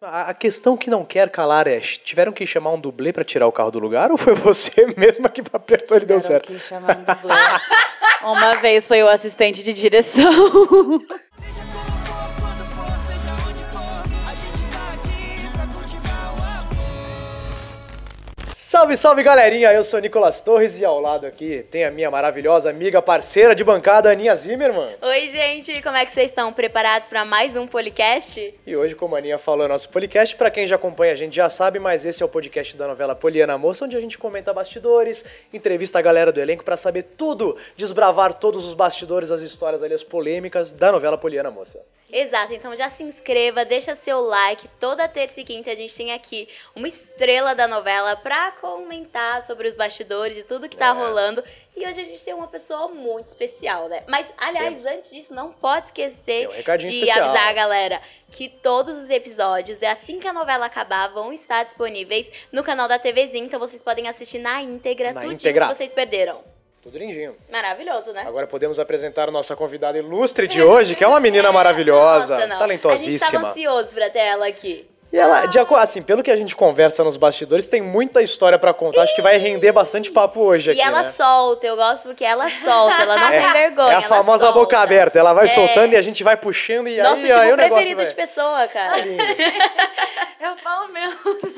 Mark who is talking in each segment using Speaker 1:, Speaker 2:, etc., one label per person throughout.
Speaker 1: A a questão que não quer calar é: tiveram que chamar um dublê pra tirar o carro do lugar ou foi você mesma que apertou e deu certo?
Speaker 2: Aqui, chamando dublê. Uma vez foi o assistente de direção.
Speaker 3: Seja como for, quando for, seja onde for, a gente tá aqui pra cultivar o amor.
Speaker 1: Salve, salve galerinha! Eu sou Nicolas Torres e ao lado aqui tem a minha maravilhosa amiga, parceira de bancada, Aninha Zimmermann.
Speaker 2: Oi, gente, como é que vocês estão? Preparados para mais um podcast?
Speaker 1: E hoje, como a Aninha falou, é nosso podcast. Pra quem já acompanha, a gente já sabe, mas esse é o podcast da novela Poliana Moça, onde a gente comenta bastidores, entrevista a galera do elenco pra saber tudo, desbravar todos os bastidores, as histórias ali, as polêmicas da novela Poliana Moça.
Speaker 2: Exato, então já se inscreva, deixa seu like. Toda terça e quinta a gente tem aqui uma estrela da novela pra comentar sobre os bastidores e tudo que tá
Speaker 1: É.
Speaker 2: rolando. E hoje a gente tem uma pessoa muito especial, né? Mas, aliás, antes disso, não pode esquecer
Speaker 1: Tem um recadinho
Speaker 2: de
Speaker 1: especial.
Speaker 2: avisar a galera que todos os episódios, assim que a novela acabar, vão estar disponíveis no canal da TVzinha. Então vocês podem assistir na íntegra
Speaker 1: Na
Speaker 2: tudinho
Speaker 1: íntegra.
Speaker 2: que vocês perderam.
Speaker 1: Tudo lindinho.
Speaker 2: Maravilhoso, né?
Speaker 1: Agora podemos apresentar a nossa convidada ilustre de hoje, que é uma menina maravilhosa,
Speaker 2: Nossa, não. A gente
Speaker 1: talentosíssima.
Speaker 2: tava ansioso pra ter ela aqui.
Speaker 1: E ela, de acordo, assim, pelo que a gente conversa nos bastidores, tem muita história pra contar. Acho que vai render bastante papo hoje aqui,
Speaker 2: e ela
Speaker 1: né?
Speaker 2: solta, eu gosto porque ela solta, ela não
Speaker 1: É,
Speaker 2: tem vergonha.
Speaker 1: é a
Speaker 2: ela
Speaker 1: famosa
Speaker 2: solta.
Speaker 1: boca aberta, ela vai
Speaker 2: É.
Speaker 1: soltando e a gente vai puxando e
Speaker 2: Nosso
Speaker 1: aí, aí
Speaker 2: tipo
Speaker 1: o negócio
Speaker 2: preferido
Speaker 1: vai...
Speaker 2: de pessoa, cara.
Speaker 1: Lindo.
Speaker 4: Eu falo mesmo.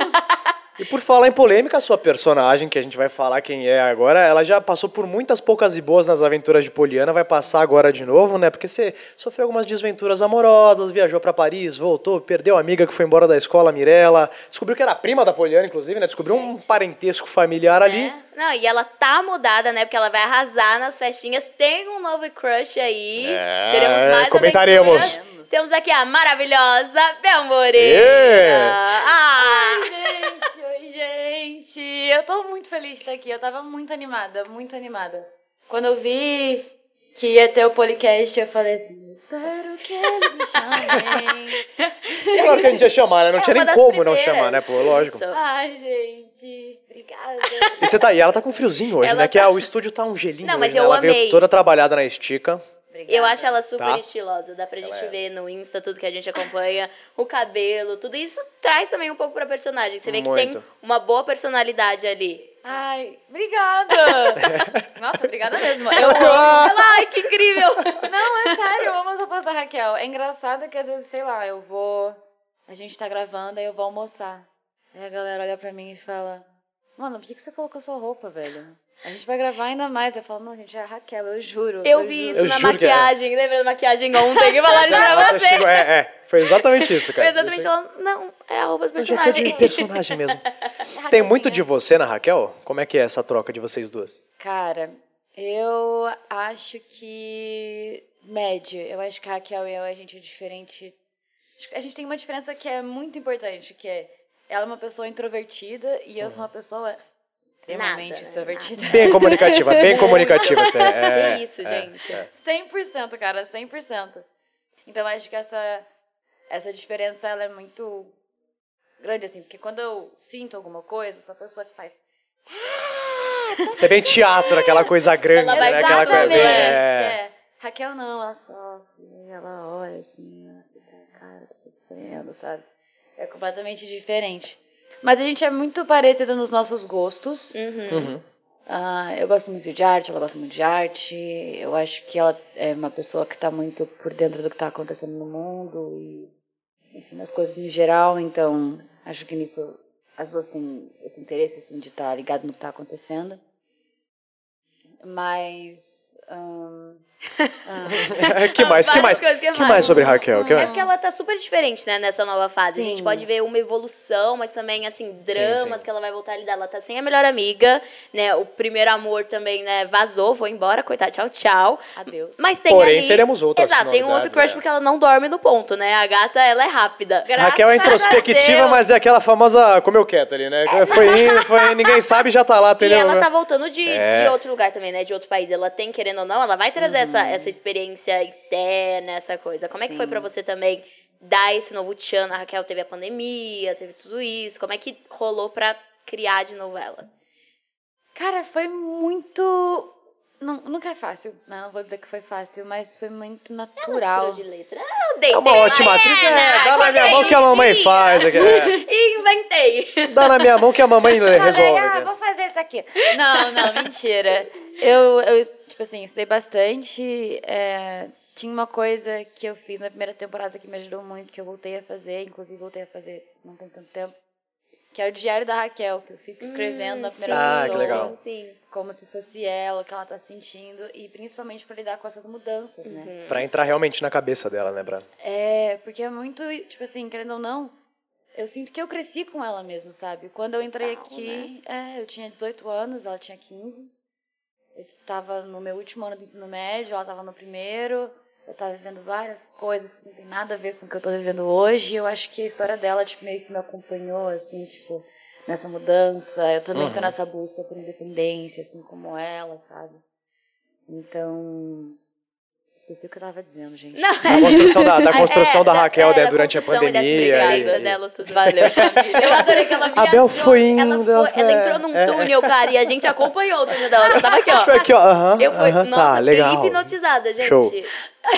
Speaker 1: E por falar em polêmica, a sua personagem, que a gente vai falar quem é agora, ela já passou por muitas poucas e boas nas aventuras de Poliana, vai passar agora de novo, né? Porque você sofreu algumas desventuras amorosas, viajou pra Paris, voltou, perdeu a amiga que foi embora da escola, a Mirella, descobriu que era prima da Poliana, inclusive, né? Descobriu um parentesco familiar ali.
Speaker 2: É. Não, e ela tá mudada, né? Porque ela vai arrasar nas festinhas. Tem um novo crush aí.
Speaker 1: É,
Speaker 2: Teremos mais
Speaker 1: comentaremos.
Speaker 2: aventuras. Temos aqui a maravilhosa Bel Moreira.
Speaker 1: Ê!
Speaker 2: Ah,
Speaker 4: gente, oi, gente. Eu tô muito feliz de estar aqui. Eu tava muito animada, muito animada. Quando eu vi que ia ter o podcast, eu falei assim: espero que eles me chamem.
Speaker 1: Claro que a gente ia chamar, né? Não
Speaker 2: É
Speaker 1: tinha
Speaker 2: uma
Speaker 1: nem
Speaker 2: das
Speaker 1: como não
Speaker 2: primeiras.
Speaker 1: chamar, né? Pô, lógico.
Speaker 2: Isso.
Speaker 4: Ai, gente, obrigada.
Speaker 1: E você tá aí, ela tá com friozinho hoje,
Speaker 2: Ela
Speaker 1: né? Que
Speaker 2: tá-
Speaker 1: ah, o estúdio tá um gelinho
Speaker 2: Não,
Speaker 1: hoje,
Speaker 2: mas
Speaker 1: né?
Speaker 2: eu
Speaker 1: Ela veio
Speaker 2: amei.
Speaker 1: toda trabalhada na estica.
Speaker 2: Eu acho ela super
Speaker 1: Tá.
Speaker 2: estilosa, dá pra
Speaker 1: Ela
Speaker 2: gente
Speaker 1: é.
Speaker 2: ver no Insta tudo que a gente acompanha, o cabelo, tudo isso traz também um pouco pra personagem. Você vê que
Speaker 1: Muito.
Speaker 2: tem uma boa personalidade ali.
Speaker 4: Ai, obrigada. Nossa, obrigada mesmo. Eu
Speaker 1: Ah,
Speaker 2: Ai, que incrível!
Speaker 4: Não, é sério, eu amo as roupas da Raquel. É engraçado que às vezes, sei lá, eu vou. A gente tá gravando, aí eu vou almoçar. Aí a galera olha pra mim e fala: Mano, por que, que você colocou sua roupa, velho? A gente vai gravar ainda mais. Eu falo: Não, gente, é a Raquel, eu juro.
Speaker 2: Eu vi
Speaker 4: juro."
Speaker 2: isso
Speaker 1: Eu
Speaker 2: na
Speaker 1: juro que é.
Speaker 2: maquiagem, lembra da maquiagem ontem que falaram
Speaker 1: ela
Speaker 2: pra
Speaker 1: até
Speaker 2: você?
Speaker 1: chegou- É, é, foi exatamente isso, cara.
Speaker 2: Exatamente, ela, não, é a roupa do
Speaker 1: Eu já tô de
Speaker 2: personagem.
Speaker 1: personagem mesmo.
Speaker 4: Raquelzinha.
Speaker 1: Tem muito de você na Raquel? Como é que é essa troca de vocês duas?
Speaker 4: Cara, eu acho que. Médio. Eu acho que a Raquel e eu, a gente é diferente. Acho que A gente tem uma diferença que é muito importante, que é ela é uma pessoa introvertida e eu sou uma pessoa extremamente
Speaker 2: Nada, né?
Speaker 4: extrovertida.
Speaker 1: Bem comunicativa, bem comunicativa. Você é,
Speaker 2: Que isso,
Speaker 1: é,
Speaker 2: gente.
Speaker 1: é.
Speaker 4: 100%, cara, 100%. Então acho que essa essa diferença ela é muito grande assim, porque quando eu sinto alguma coisa, eu sou a pessoa que faz
Speaker 1: Você é bem teatro, aquela coisa grande,
Speaker 2: Ela vai
Speaker 1: né? Aquela coisa bem. é.
Speaker 4: é. Raquel não, ela sofre, ela olha assim, ela fica, cara, tô sofrendo, sabe? É completamente diferente. Mas a gente é muito parecido nos nossos gostos.
Speaker 2: Uhum.
Speaker 1: Uhum.
Speaker 4: Ah, eu gosto muito de arte, ela gosta muito de arte. Eu acho que ela é uma pessoa que está muito por dentro do que está acontecendo no mundo e enfim, nas coisas em geral. Então, acho que nisso as duas têm esse interesse assim, de estar ligado no que está acontecendo. Mas. ah, ahn, ahn,
Speaker 1: que mais, que
Speaker 2: Várias
Speaker 1: mais?
Speaker 2: coisas, que
Speaker 1: Que
Speaker 2: mais?
Speaker 1: mais sobre Raquel? Que
Speaker 2: É
Speaker 1: mais?
Speaker 2: porque ela tá super diferente, né, nessa nova fase. A
Speaker 4: Sim.
Speaker 2: gente pode ver uma evolução, mas também, assim, dramas
Speaker 1: Sim, sim.
Speaker 2: que ela vai voltar a lidar. Ela tá sem a melhor amiga, né? O primeiro amor também, né, vazou, foi embora, coitado, tchau, tchau.
Speaker 4: adeus.
Speaker 2: Mas tem
Speaker 1: Porém,
Speaker 2: ali...
Speaker 1: teremos outras
Speaker 2: Exato, tem um outro
Speaker 1: novidades,
Speaker 2: crush
Speaker 1: é.
Speaker 2: porque ela não dorme no ponto, né? A gata, ela é rápida.
Speaker 1: Raquel é
Speaker 2: Graças a
Speaker 1: introspectiva,
Speaker 2: Deus. É.
Speaker 1: mas é aquela famosa comeu quieto ali, né? Foi indo, foi, ninguém sabe já tá lá,
Speaker 2: E
Speaker 1: entendeu?
Speaker 2: ela tá voltando de,
Speaker 1: É.
Speaker 2: de outro lugar também, né? De outro país. Ela tem, querendo ou não, ela vai trazer essa, essa experiência externa, essa coisa. Como é que foi pra você também dar esse novo tchan? A Raquel teve a pandemia, teve tudo isso. Como é que rolou pra criar de novela?
Speaker 4: Cara, foi muito Não, nunca é fácil, né? Não vou dizer que foi fácil, mas foi muito
Speaker 2: Ela
Speaker 4: natural.
Speaker 2: tirou de letra. Ah, eu deitei
Speaker 1: É uma ótima atriz, é. Dá na minha mão que a mamãe faz. é que- é.
Speaker 2: Inventei.
Speaker 1: Dá na minha mão que a mamãe
Speaker 2: Tá
Speaker 1: resolve. né?
Speaker 4: Ah,
Speaker 1: aqui.
Speaker 4: vou fazer isso aqui. Não, não, mentira. Eu, eu, tipo assim, estudei bastante. é, tinha uma coisa que eu fiz na primeira temporada que me ajudou muito, que eu voltei a fazer, inclusive voltei a fazer não tem tanto tempo, que é o Diário da Raquel, que eu fico escrevendo na primeira
Speaker 1: sim. Ah, que
Speaker 4: pessoa.
Speaker 1: legal.
Speaker 2: Sim.
Speaker 4: Como se fosse ela, o que ela tá sentindo, e principalmente pra lidar com essas mudanças, né?
Speaker 1: Pra entrar realmente na cabeça dela, né, Brana?
Speaker 4: É, porque é muito, tipo assim, querendo ou não, eu sinto que eu cresci com ela mesmo, sabe? Quando eu entrei
Speaker 2: Total,
Speaker 4: aqui, é, eu tinha 18 anos, ela tinha 15. Eu tava no meu último ano do ensino médio, ela tava no primeiro. Eu tava vivendo várias coisas que não tem nada a ver com o que eu tô vivendo hoje. E eu acho que a história dela, tipo, meio que me acompanhou, assim, tipo, nessa mudança. Eu também tô
Speaker 1: Uhum.
Speaker 4: nessa busca por independência, assim como ela, sabe? Então. Esqueci o que eu tava dizendo, gente.
Speaker 2: Não,
Speaker 1: A construção da, da
Speaker 2: É,
Speaker 1: construção da
Speaker 2: da-
Speaker 1: Raquel
Speaker 2: é,
Speaker 1: né,
Speaker 2: da
Speaker 1: durante a
Speaker 2: construção e das né,
Speaker 1: pandemia.
Speaker 2: brigadas
Speaker 1: e- e-
Speaker 2: dela, tudo.
Speaker 4: Valeu, família.
Speaker 2: Eu adorei que ela
Speaker 1: A Bel foi indo,
Speaker 2: Ela, foi-
Speaker 1: ela
Speaker 2: ela
Speaker 1: foi-
Speaker 2: entrou num
Speaker 1: é.
Speaker 2: túnel, cara, e a gente acompanhou o túnel dela. Eu tava aqui,
Speaker 1: Acho que foi
Speaker 2: ó.
Speaker 1: aqui, ó. Aham,
Speaker 2: Eu fui,
Speaker 1: aham,
Speaker 2: nossa,
Speaker 1: tá,
Speaker 2: fiquei
Speaker 1: legal.
Speaker 2: hipnotizada, gente.
Speaker 1: Show.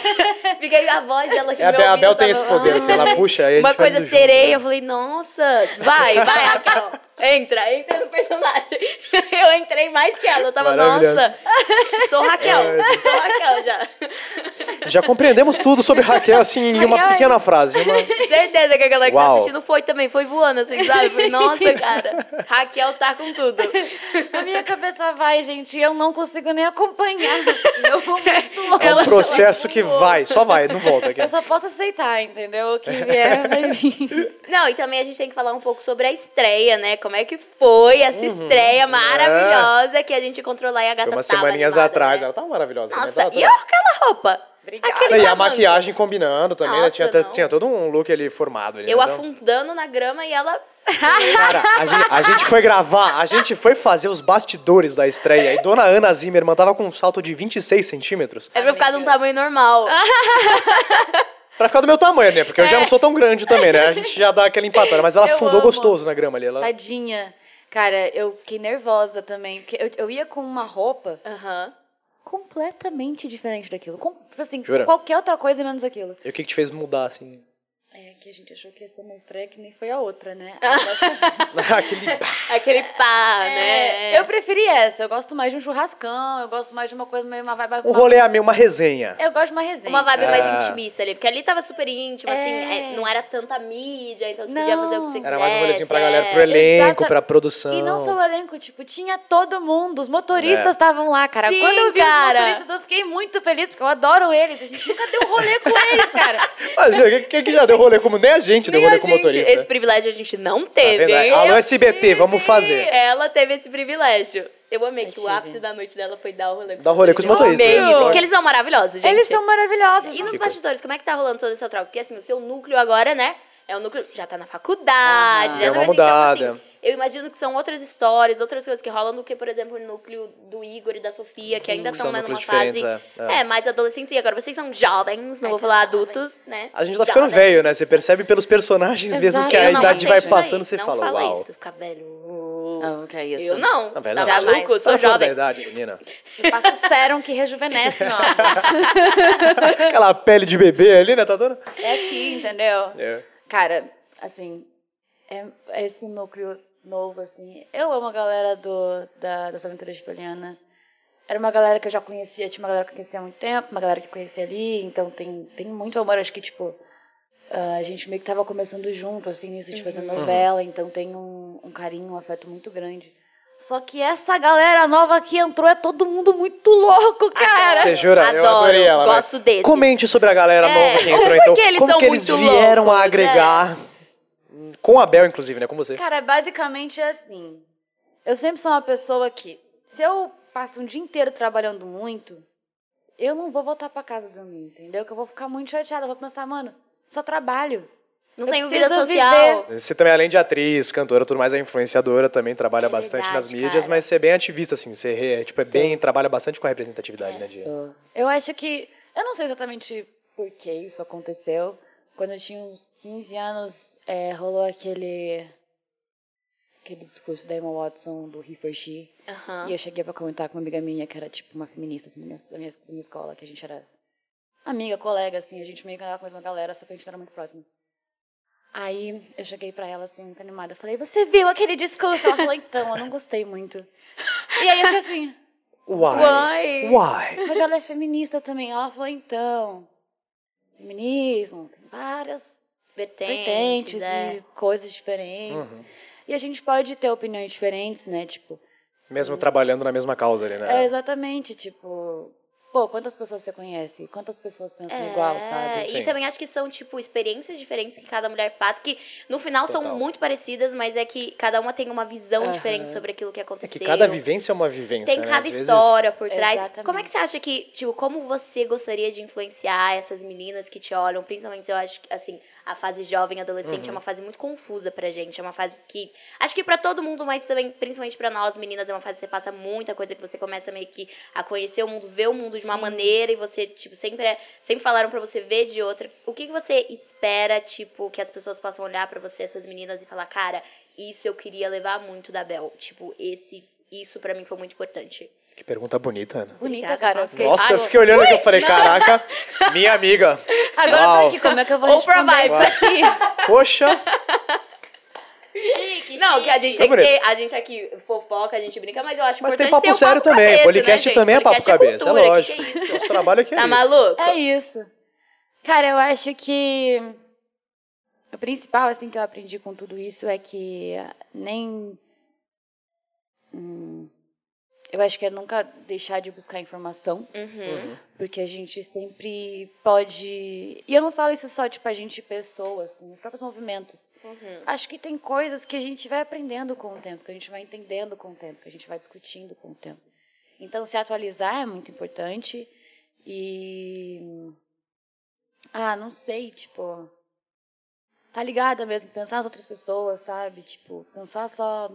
Speaker 2: Fiquei a voz dela que
Speaker 1: É, a
Speaker 2: meu
Speaker 1: Bel, a
Speaker 2: ouvido
Speaker 1: Bel tem
Speaker 2: tava-
Speaker 1: esse poder, assim, ela puxa aí a gente
Speaker 2: tá Uma
Speaker 1: faz
Speaker 2: coisa
Speaker 1: tudo junto,
Speaker 2: sereia, eu
Speaker 1: né?
Speaker 2: falei, nossa, vai, vai, Raquel. Entra, entra no personagem. Eu entrei mais que ela, eu tava,
Speaker 1: Maravilhoso. É.
Speaker 2: nossa, sou Raquel, sou Raquel já.
Speaker 1: Já compreendemos tudo sobre Raquel, assim, em uma
Speaker 4: Ai,
Speaker 2: é-
Speaker 4: ai.
Speaker 1: pequena frase. uma- é um
Speaker 2: Certeza que a galera que tá
Speaker 1: Uau.
Speaker 2: assistindo foi também, foi voando, assim, sabe? Eu Falei, nossa, cara, Raquel tá com tudo.
Speaker 4: A minha cabeça vai, gente, e eu não consigo nem acompanhar. Eu vou muito longe.
Speaker 1: É um processo que
Speaker 2: voou.
Speaker 1: vai, só vai, não volta aqui.
Speaker 4: Eu só posso aceitar, entendeu? O que vier vai vir.
Speaker 2: Não, e também a gente tem que falar um pouco sobre a estreia, né? Como é que foi essa estreia maravilhosa que a gente encontrou lá e a
Speaker 1: Uhum.
Speaker 2: gata
Speaker 1: É. Foi umas
Speaker 2: tava
Speaker 1: semaninhas
Speaker 2: animada,
Speaker 1: atrás,
Speaker 2: né?
Speaker 1: ela tava maravilhosa. né?
Speaker 2: Nossa,
Speaker 1: Tava-
Speaker 2: e aquela roupa?
Speaker 4: Obrigada.
Speaker 2: Aquele
Speaker 1: E a
Speaker 2: tamanco.
Speaker 1: maquiagem combinando também, né?
Speaker 2: Nossa,
Speaker 1: Tinha, t-
Speaker 2: não.
Speaker 1: tinha todo um look ali formado. ali,
Speaker 2: Eu
Speaker 1: né? Então,
Speaker 2: afundando na grama e ela.
Speaker 1: Cara, a gente, a gente foi gravar, a gente foi fazer os bastidores da estreia. E dona Ana Zimmerman tava com um salto de 26 centímetros.
Speaker 2: É pra eu ficar de um tamanho normal.
Speaker 1: Pra ficar do meu tamanho, né? Porque
Speaker 2: É.
Speaker 1: eu já não sou tão grande também, né? A gente já dá aquela empatada. Mas ela
Speaker 4: Eu
Speaker 1: afundou
Speaker 4: amo.
Speaker 1: gostoso na grama ali. Ela...
Speaker 4: Tadinha. Cara, eu fiquei nervosa também, porque eu, eu ia com uma roupa
Speaker 2: Aham.
Speaker 4: completamente diferente daquilo. Com, tipo assim,
Speaker 1: Jura?
Speaker 4: qualquer outra coisa menos aquilo.
Speaker 1: E o que que te fez mudar, assim?
Speaker 4: É que a gente achou que ia ser uma estreia que nem foi a outra, né?
Speaker 1: Aquele...
Speaker 2: Aquele pá, né?
Speaker 4: É, Eu preferi essa. Eu gosto mais de um churrascão, eu gosto mais de uma coisa meio uma vibe.
Speaker 1: Um rolê, a meio, uma resenha.
Speaker 4: Eu gosto de uma resenha.
Speaker 2: Uma vibe
Speaker 1: Ah.
Speaker 2: mais intimista ali, porque ali tava super íntima,
Speaker 4: É.
Speaker 2: assim, é, não era tanta mídia, então você podia
Speaker 4: Não.
Speaker 2: fazer o que você quisesse.
Speaker 1: Era mais um rolezinho pra galera, pro
Speaker 2: é.
Speaker 1: elenco,
Speaker 4: Exata-
Speaker 1: pra produção.
Speaker 4: E não só o elenco, tipo, tinha todo mundo, os motoristas
Speaker 1: É.
Speaker 4: estavam lá, cara.
Speaker 2: Sim,
Speaker 4: Quando eu vi
Speaker 2: cara.
Speaker 4: os motoristas, eu fiquei muito feliz, porque eu adoro eles. A gente nunca deu um rolê com eles, cara.
Speaker 1: Imagina, quem que já deu rolê como... Nem a gente deu
Speaker 2: Nem
Speaker 1: rolê
Speaker 2: a
Speaker 1: com
Speaker 2: gente-
Speaker 1: motorista.
Speaker 2: Esse privilégio a gente não
Speaker 1: É
Speaker 2: teve,
Speaker 1: verdade.
Speaker 2: hein?
Speaker 1: Alô,
Speaker 2: Eu
Speaker 1: SBT,
Speaker 2: tive.
Speaker 1: vamos fazer.
Speaker 2: Ela teve esse privilégio. Eu amei
Speaker 4: Eu
Speaker 2: que o
Speaker 4: tive.
Speaker 2: ápice da noite dela foi dar o rolê com
Speaker 1: Dar o rolê com os motoristas,
Speaker 2: Eu amei,
Speaker 1: né?
Speaker 2: porque eles são maravilhosos, gente.
Speaker 4: Eles são maravilhosos.
Speaker 2: E nos
Speaker 1: Fica.
Speaker 2: bastidores, como é que tá rolando toda essa troca? Porque assim, o seu núcleo agora, né? É o núcleo. Já tá na
Speaker 4: Aham.
Speaker 2: faculdade, já
Speaker 1: Deu
Speaker 2: tá
Speaker 1: uma
Speaker 2: assim, então,
Speaker 1: mudada.
Speaker 2: assim, eu imagino que são outras histórias, outras coisas que rolam do que, por exemplo, o núcleo do Igor e da Sofia, que
Speaker 4: Sim.
Speaker 2: ainda
Speaker 1: São
Speaker 2: estão né, numa
Speaker 1: núcleos
Speaker 2: fase.
Speaker 1: diferentes, é,
Speaker 2: É. mais adolescentes. E agora vocês são jovens, não
Speaker 4: É, são
Speaker 2: vou falar
Speaker 4: jovens.
Speaker 2: adultos, né?
Speaker 1: A gente tá ficando
Speaker 2: Jovens.
Speaker 1: velho, né? Você percebe pelos personagens
Speaker 4: Exato.
Speaker 1: mesmo que a
Speaker 2: Eu não
Speaker 1: idade
Speaker 2: aceito
Speaker 1: vai
Speaker 2: isso aí,
Speaker 1: passando, você
Speaker 2: não
Speaker 1: fala, uau.
Speaker 2: isso, ficar velho.
Speaker 4: Ah, que é isso.
Speaker 2: Eu não.
Speaker 1: Não, velho,
Speaker 2: tá
Speaker 1: não,
Speaker 4: já-
Speaker 2: maluco? Eu
Speaker 1: tá
Speaker 2: sou
Speaker 1: na flor da
Speaker 2: jovem.
Speaker 1: idade, menina.
Speaker 4: Eu faço sérum que rejuvenesce, meu amor.
Speaker 1: Aquela pele de bebê ali, né, tá dando?
Speaker 4: É aqui, entendeu?
Speaker 1: É.
Speaker 4: Cara, assim, é- é esse núcleo novo, assim. Eu amo a galera do, da, das Aventuras de Poliana. Era uma galera que eu já conhecia, tinha uma galera que eu conhecia há muito tempo, uma galera que eu conhecia ali, então tem, tem muito amor. Acho que, tipo, ah, a gente meio que tava começando junto, assim, nisso de fazer novela, então tem um, um carinho, um afeto muito grande. Só que essa galera nova que entrou é todo mundo muito louco, cara!
Speaker 1: Você jura?
Speaker 2: Adoro,
Speaker 1: eu adorei ela. né?
Speaker 2: gosto desses.
Speaker 1: Comente sobre a galera
Speaker 2: É,
Speaker 1: nova que entrou,
Speaker 2: como
Speaker 1: então.
Speaker 2: que eles
Speaker 1: como
Speaker 2: são
Speaker 1: que eles
Speaker 2: muito
Speaker 1: vieram a
Speaker 2: loucos, é.
Speaker 1: agregar? Com a Bel, inclusive, né? Com você.
Speaker 4: Cara, basicamente é assim. Eu sempre sou uma pessoa que, se eu passo um dia inteiro trabalhando muito, eu não vou voltar pra casa dormir, entendeu? Que eu vou ficar muito chateada. Eu vou pensar, mano, só trabalho.
Speaker 2: Não
Speaker 4: Eu
Speaker 2: tenho vida
Speaker 4: preciso
Speaker 2: social.
Speaker 1: Você também, além de atriz, cantora, tudo mais, é influenciadora, também trabalha
Speaker 2: É
Speaker 1: bastante
Speaker 2: verdade,
Speaker 1: nas mídias,
Speaker 2: cara.
Speaker 1: mas você é bem ativista, assim. Você é, tipo, é
Speaker 4: Sim.
Speaker 1: bem, trabalha bastante com a representatividade,
Speaker 2: É,
Speaker 1: né, Dia?
Speaker 4: Isso. Eu acho que. Eu não sei exatamente por que isso aconteceu. Quando eu tinha uns 15 anos, é, rolou aquele. aquele aquele discurso da Emma Watson do He for She.
Speaker 2: Aham.
Speaker 4: E eu cheguei pra comentar com uma amiga minha que era tipo uma feminista assim, da, minha, da, minha, da minha escola, que a gente era amiga, colega, assim, a gente meio que andava com a mesma galera, só que a gente não era muito próximo. Aí eu cheguei pra ela assim, muito animada, eu falei, você viu aquele discurso? Ela falou, então, eu não gostei muito. E aí eu fiquei assim,
Speaker 1: Why? Why?
Speaker 4: mas ela é feminista também. Ela falou, então, feminismo, tem várias vertentes
Speaker 2: Vertentes, é.
Speaker 4: e coisas diferentes.
Speaker 1: Uhum.
Speaker 4: E a gente pode ter opiniões diferentes, né? Tipo,
Speaker 1: Mesmo trabalhando na mesma causa ali,
Speaker 4: É,
Speaker 1: né?
Speaker 4: exatamente, tipo, pô, quantas pessoas você conhece? Quantas pessoas pensam igual,
Speaker 2: É,
Speaker 4: sabe?
Speaker 1: Sim.
Speaker 2: E também acho que são, tipo, experiências diferentes que cada mulher passa, que no final
Speaker 1: Total.
Speaker 2: são muito parecidas, mas é que cada uma tem uma visão
Speaker 4: Aham.
Speaker 2: diferente sobre aquilo que
Speaker 1: É
Speaker 2: aconteceu.
Speaker 1: que cada vivência é uma vivência.
Speaker 2: Tem
Speaker 1: né?
Speaker 2: cada
Speaker 1: Às vezes-
Speaker 2: história por trás.
Speaker 4: Exatamente.
Speaker 2: Como é que você acha que, tipo, como você gostaria de influenciar essas meninas que te olham? Principalmente, eu acho que, assim, a fase jovem, adolescente é uma fase muito confusa pra gente. É uma fase que, acho que pra todo mundo, mas também, principalmente pra nós, meninas, é uma fase que você passa muita coisa, que você começa meio que a conhecer o mundo, ver o mundo de uma maneira e você, tipo, sempre, é- sempre falaram pra você ver de outra. O que, que você espera, tipo, que as pessoas possam olhar pra você, essas meninas, e falar, cara, isso eu queria levar muito da Bel. Tipo, esse... Isso pra mim foi muito importante.
Speaker 1: Que pergunta bonita, Ana.
Speaker 4: Bonita,
Speaker 2: Obrigada,
Speaker 4: cara. Eu
Speaker 2: nossa.
Speaker 4: fiquei,
Speaker 1: Nossa,
Speaker 4: ai,
Speaker 1: eu fiquei olhando aqui e falei, caraca, minha amiga.
Speaker 2: Agora
Speaker 1: Uau.
Speaker 4: que como é que eu vou
Speaker 2: Oprah
Speaker 4: responder isso aqui?
Speaker 1: Poxa,
Speaker 2: Chique, Não, que a gente tem
Speaker 1: Tá
Speaker 2: que
Speaker 1: bonito.
Speaker 2: ter, a gente aqui fofoca, a gente brinca, mas eu acho
Speaker 1: mas
Speaker 2: importante
Speaker 1: tem papo
Speaker 2: ter um o
Speaker 1: sério também.
Speaker 2: cabeça,
Speaker 1: podcast
Speaker 2: né, gente?
Speaker 1: também é papo
Speaker 2: Podcast
Speaker 1: cabeça,
Speaker 2: cultura,
Speaker 1: é
Speaker 2: que que
Speaker 1: lógico.
Speaker 2: é isso?
Speaker 1: Nosso trabalho aqui é
Speaker 2: Tá
Speaker 1: isso.
Speaker 2: maluco?
Speaker 4: É isso. Cara, eu acho que o principal, assim, que eu aprendi com tudo isso é que nem... Hum, eu acho que é nunca deixar de buscar informação.
Speaker 2: Uhum.
Speaker 1: Uhum.
Speaker 4: Porque a gente sempre pode. E eu não falo isso só, tipo, a gente, pessoas, assim, os próprios movimentos.
Speaker 2: Uhum.
Speaker 4: Acho que tem coisas que a gente vai aprendendo com o tempo, que a gente vai entendendo com o tempo, que a gente vai discutindo com o tempo. Então, se atualizar é muito importante. E. Ah, não sei, tipo. Tá ligada mesmo, pensar nas outras pessoas, sabe? Tipo, pensar só.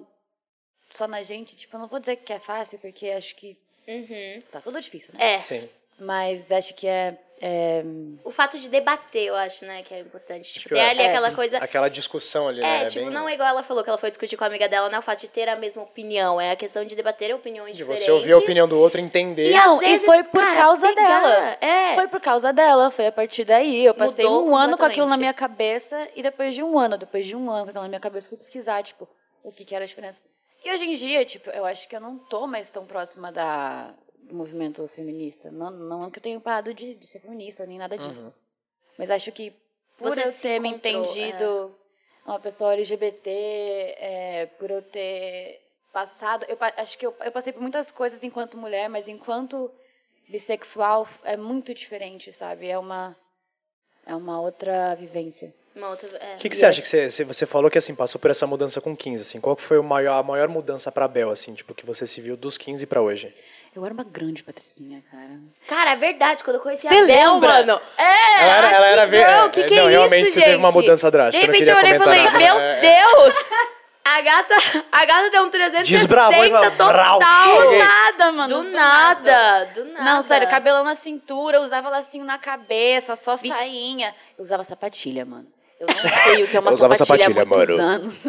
Speaker 4: Só na gente, tipo, eu não vou dizer que é fácil, porque acho que
Speaker 2: Uhum.
Speaker 4: tá tudo difícil, né?
Speaker 2: É,
Speaker 1: Sim.
Speaker 4: Mas acho que é- é
Speaker 2: o fato de debater, eu acho, né, que é importante.
Speaker 1: Acho
Speaker 2: Tipo,
Speaker 1: que
Speaker 2: ter
Speaker 1: é.
Speaker 2: ali
Speaker 4: É.
Speaker 2: aquela coisa.
Speaker 1: Aquela discussão ali, né?
Speaker 2: É, tipo,
Speaker 1: bem-
Speaker 2: não é igual ela falou que ela foi discutir com a amiga dela, não é o fato de ter a mesma opinião, é a questão de debater opiniões
Speaker 1: De
Speaker 2: diferentes.
Speaker 1: você ouvir a opinião do outro, entender.
Speaker 2: E
Speaker 4: Não,
Speaker 2: às
Speaker 4: e
Speaker 2: vezes,
Speaker 4: foi por
Speaker 2: cara,
Speaker 4: causa
Speaker 2: pegar.
Speaker 4: dela.
Speaker 2: É.
Speaker 4: Foi por causa dela, foi a partir daí. Eu passei
Speaker 2: Mudou
Speaker 4: um ano com aquilo na
Speaker 2: completamente.
Speaker 4: minha cabeça e depois de um ano, depois de um ano com aquilo na minha cabeça, fui pesquisar, tipo, o que, que era a diferença. E hoje em dia, tipo, eu acho que eu não tô mais tão próxima da, do movimento feminista. Não, não que eu tenha parado de, de ser feminista, nem nada disso.
Speaker 1: Uhum.
Speaker 4: Mas acho que por
Speaker 2: Você
Speaker 4: eu
Speaker 2: se
Speaker 4: ter me
Speaker 2: encontrou, é.
Speaker 4: entendido uma pessoa LGBT, é, por eu ter passado. Eu, pa- acho que eu, eu passei por muitas coisas enquanto mulher, mas enquanto bissexual f- é muito diferente, sabe? É uma, é uma outra vivência.
Speaker 2: Uma outra. É.
Speaker 1: O que, que você acha que você, se você falou que assim passou por essa mudança com 15, assim? Qual que foi o maior, a maior mudança pra Bel, assim, tipo, que você se viu dos 15 pra hoje?
Speaker 4: Eu era uma grande patricinha, cara.
Speaker 2: Cara, é verdade, quando eu conheci
Speaker 4: Você
Speaker 2: a Bel,
Speaker 4: lembra?
Speaker 2: mano. É!
Speaker 1: ela era, ela era
Speaker 2: assim,
Speaker 1: ver-
Speaker 2: não, que que
Speaker 1: não,
Speaker 2: é
Speaker 1: realmente
Speaker 2: isso,
Speaker 1: você teve uma
Speaker 2: gente?
Speaker 1: mudança
Speaker 2: De
Speaker 1: drástica. eu não
Speaker 2: repente
Speaker 1: queria
Speaker 2: eu olhei e
Speaker 1: comentar
Speaker 2: falei,
Speaker 1: nada.
Speaker 2: meu
Speaker 1: É, é.
Speaker 2: Deus! A gata, a gata deu um 360
Speaker 1: Desbravou e falou, "Brau,
Speaker 2: total.
Speaker 1: cheguei."
Speaker 2: Do nada,
Speaker 4: Nada, mano.
Speaker 2: do nada, do nada.
Speaker 4: Não, sério, cabelão na cintura, eu usava lacinho na cabeça, só
Speaker 2: Vixe.
Speaker 4: sainha. Eu usava sapatilha, mano. Eu não sei o que é uma
Speaker 1: Eu usava
Speaker 4: sapatilha,
Speaker 1: sapatilha,
Speaker 4: há muitos
Speaker 1: mano.
Speaker 4: anos.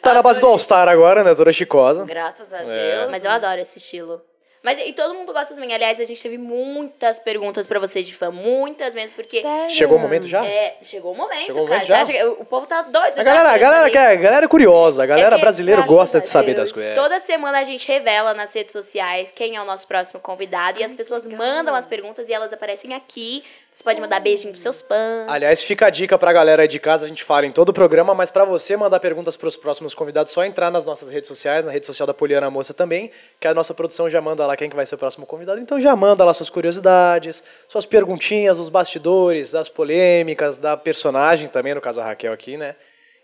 Speaker 1: Tá na base do All-Star agora, né? Toda chicosa.
Speaker 4: Graças a
Speaker 1: É.
Speaker 4: Deus.
Speaker 2: Mas eu adoro esse estilo. Mas e todo mundo gosta também. Aliás, a gente teve muitas perguntas pra vocês de fã, muitas mesmo, porque
Speaker 4: Sério?
Speaker 1: Chegou o momento já?
Speaker 2: é, chegou o momento,
Speaker 1: Chegou o
Speaker 2: cara.
Speaker 1: momento
Speaker 2: Você
Speaker 1: já?
Speaker 2: acha que- o povo tá doido.
Speaker 1: A galera, a galera, quer- a galera é curiosa, a galera
Speaker 2: É que,
Speaker 1: brasileira
Speaker 2: graças
Speaker 1: gosta
Speaker 2: a
Speaker 1: de saber
Speaker 2: Deus,
Speaker 1: das coisas.
Speaker 2: Toda semana a gente revela nas redes sociais quem é o nosso próximo convidado. e as pessoas mandam as perguntas e elas aparecem aqui. Você pode mandar beijinho pros seus fãs.
Speaker 1: Aliás, fica a dica pra galera aí de casa, a gente fala em todo o programa, mas pra você mandar perguntas pros próximos convidados, só entrar nas nossas redes sociais, na rede social da Poliana Moça também, que a nossa produção já manda lá quem que vai ser o próximo convidado. Então já manda lá suas curiosidades, suas perguntinhas, os bastidores, das polêmicas, da personagem também, no caso a Raquel aqui, né?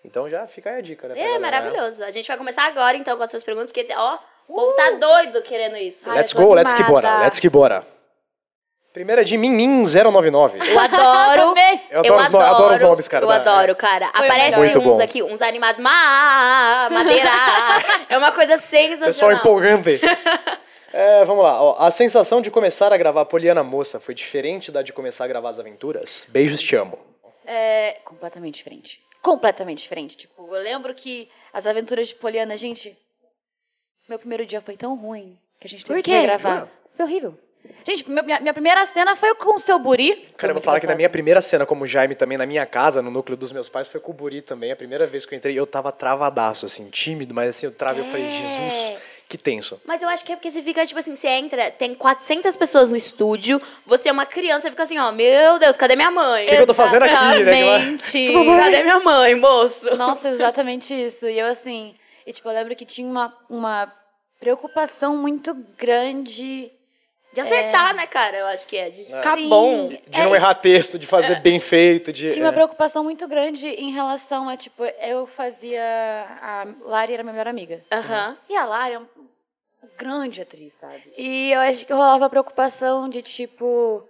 Speaker 1: Então já fica aí a dica, né? pra
Speaker 2: É
Speaker 1: galera.
Speaker 2: maravilhoso. A gente vai começar agora, então, com as suas perguntas, porque, ó, o povo tá doido querendo isso.
Speaker 4: Ai,
Speaker 1: Let's
Speaker 4: eu tô
Speaker 1: go, let's que bora,
Speaker 4: animada.
Speaker 1: let's que bora. Primeira é de Mimin 099.
Speaker 2: Eu adoro.
Speaker 4: Também.
Speaker 1: Eu adoro, os, no- eu adoro os nomes, cara.
Speaker 2: Eu
Speaker 1: da-
Speaker 2: adoro, cara.
Speaker 4: Foi
Speaker 1: o
Speaker 2: Aparecem
Speaker 1: melhor.
Speaker 2: uns
Speaker 1: Muito bom.
Speaker 2: aqui, uns animados. Ma, madeira. é uma coisa
Speaker 1: um
Speaker 2: sensacional.
Speaker 1: Pessoal empolgante. É, vamos lá. ó. a sensação de começar a gravar Poliana Moça foi diferente da de começar a gravar as aventuras? Beijos, te amo.
Speaker 4: É completamente diferente. Completamente diferente. Tipo, eu lembro que As aventuras de Poliana, gente. Meu primeiro dia foi tão ruim que a gente teve
Speaker 5: Por
Speaker 4: que
Speaker 5: quê?
Speaker 4: regravar. Foi horrível. Gente, meu- minha, minha primeira cena foi com o seu buri.
Speaker 1: Cara, eu vou falar
Speaker 4: tá
Speaker 1: que na minha primeira cena como Jaime também, na minha casa, no núcleo dos meus pais, foi com o Buri também. A primeira vez que eu entrei, eu tava travadaço, assim, tímido, mas assim, eu travo e eu falei,
Speaker 2: É.
Speaker 1: Jesus, que tenso.
Speaker 2: Mas eu acho que é porque você fica, tipo assim, você entra, tem 400 pessoas no estúdio, você é uma criança, você fica assim, ó, meu Deus, cadê minha mãe?
Speaker 1: que eu tô fazendo aqui, né?
Speaker 4: Exatamente.
Speaker 2: Cadê minha mãe, moço?
Speaker 4: Nossa, exatamente isso. E eu assim, e tipo, eu lembro que tinha uma, uma preocupação muito grande.
Speaker 2: De acertar, né, cara? Eu acho que é. De ficar
Speaker 4: Sim. é,
Speaker 2: bom.
Speaker 1: Tá De não errar texto, de fazer bem feito, de.
Speaker 4: Tinha uma
Speaker 1: é.
Speaker 4: preocupação muito grande em relação a, tipo, eu fazia. A Lari era minha melhor amiga.
Speaker 2: Aham.
Speaker 4: E a Lara é uma grande atriz, sabe? E eu acho que rolava a preocupação de, tipo,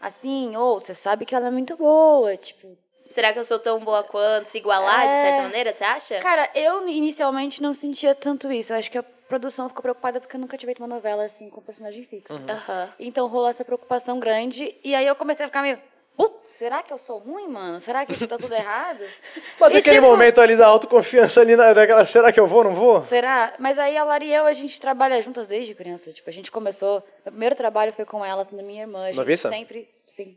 Speaker 4: assim, ou você sabe que ela é muito boa, tipo.
Speaker 2: Será que eu sou tão boa quanto? Se igualar, de
Speaker 4: É.
Speaker 2: certa maneira, você acha?
Speaker 4: Cara, eu inicialmente não sentia tanto isso. Eu acho que a produção ficou preocupada porque eu nunca tinha feito uma novela assim com personagem fixo.
Speaker 2: Aham.
Speaker 4: Então rolou essa preocupação grande. E aí eu comecei a ficar meio. "Putz, Será que eu sou ruim, mano? Será que isso tá tudo errado?
Speaker 1: Mas
Speaker 4: E,
Speaker 1: aquele
Speaker 4: tipo-
Speaker 1: momento ali da autoconfiança ali, na, daquela, será que eu vou, não vou?
Speaker 4: Será? Mas aí a Lari e eu, a gente trabalha juntas desde criança. Tipo, a gente começou. Meu primeiro trabalho foi com ela, sendo minha irmã. A gente
Speaker 1: Noviça?
Speaker 4: sempre. Sim.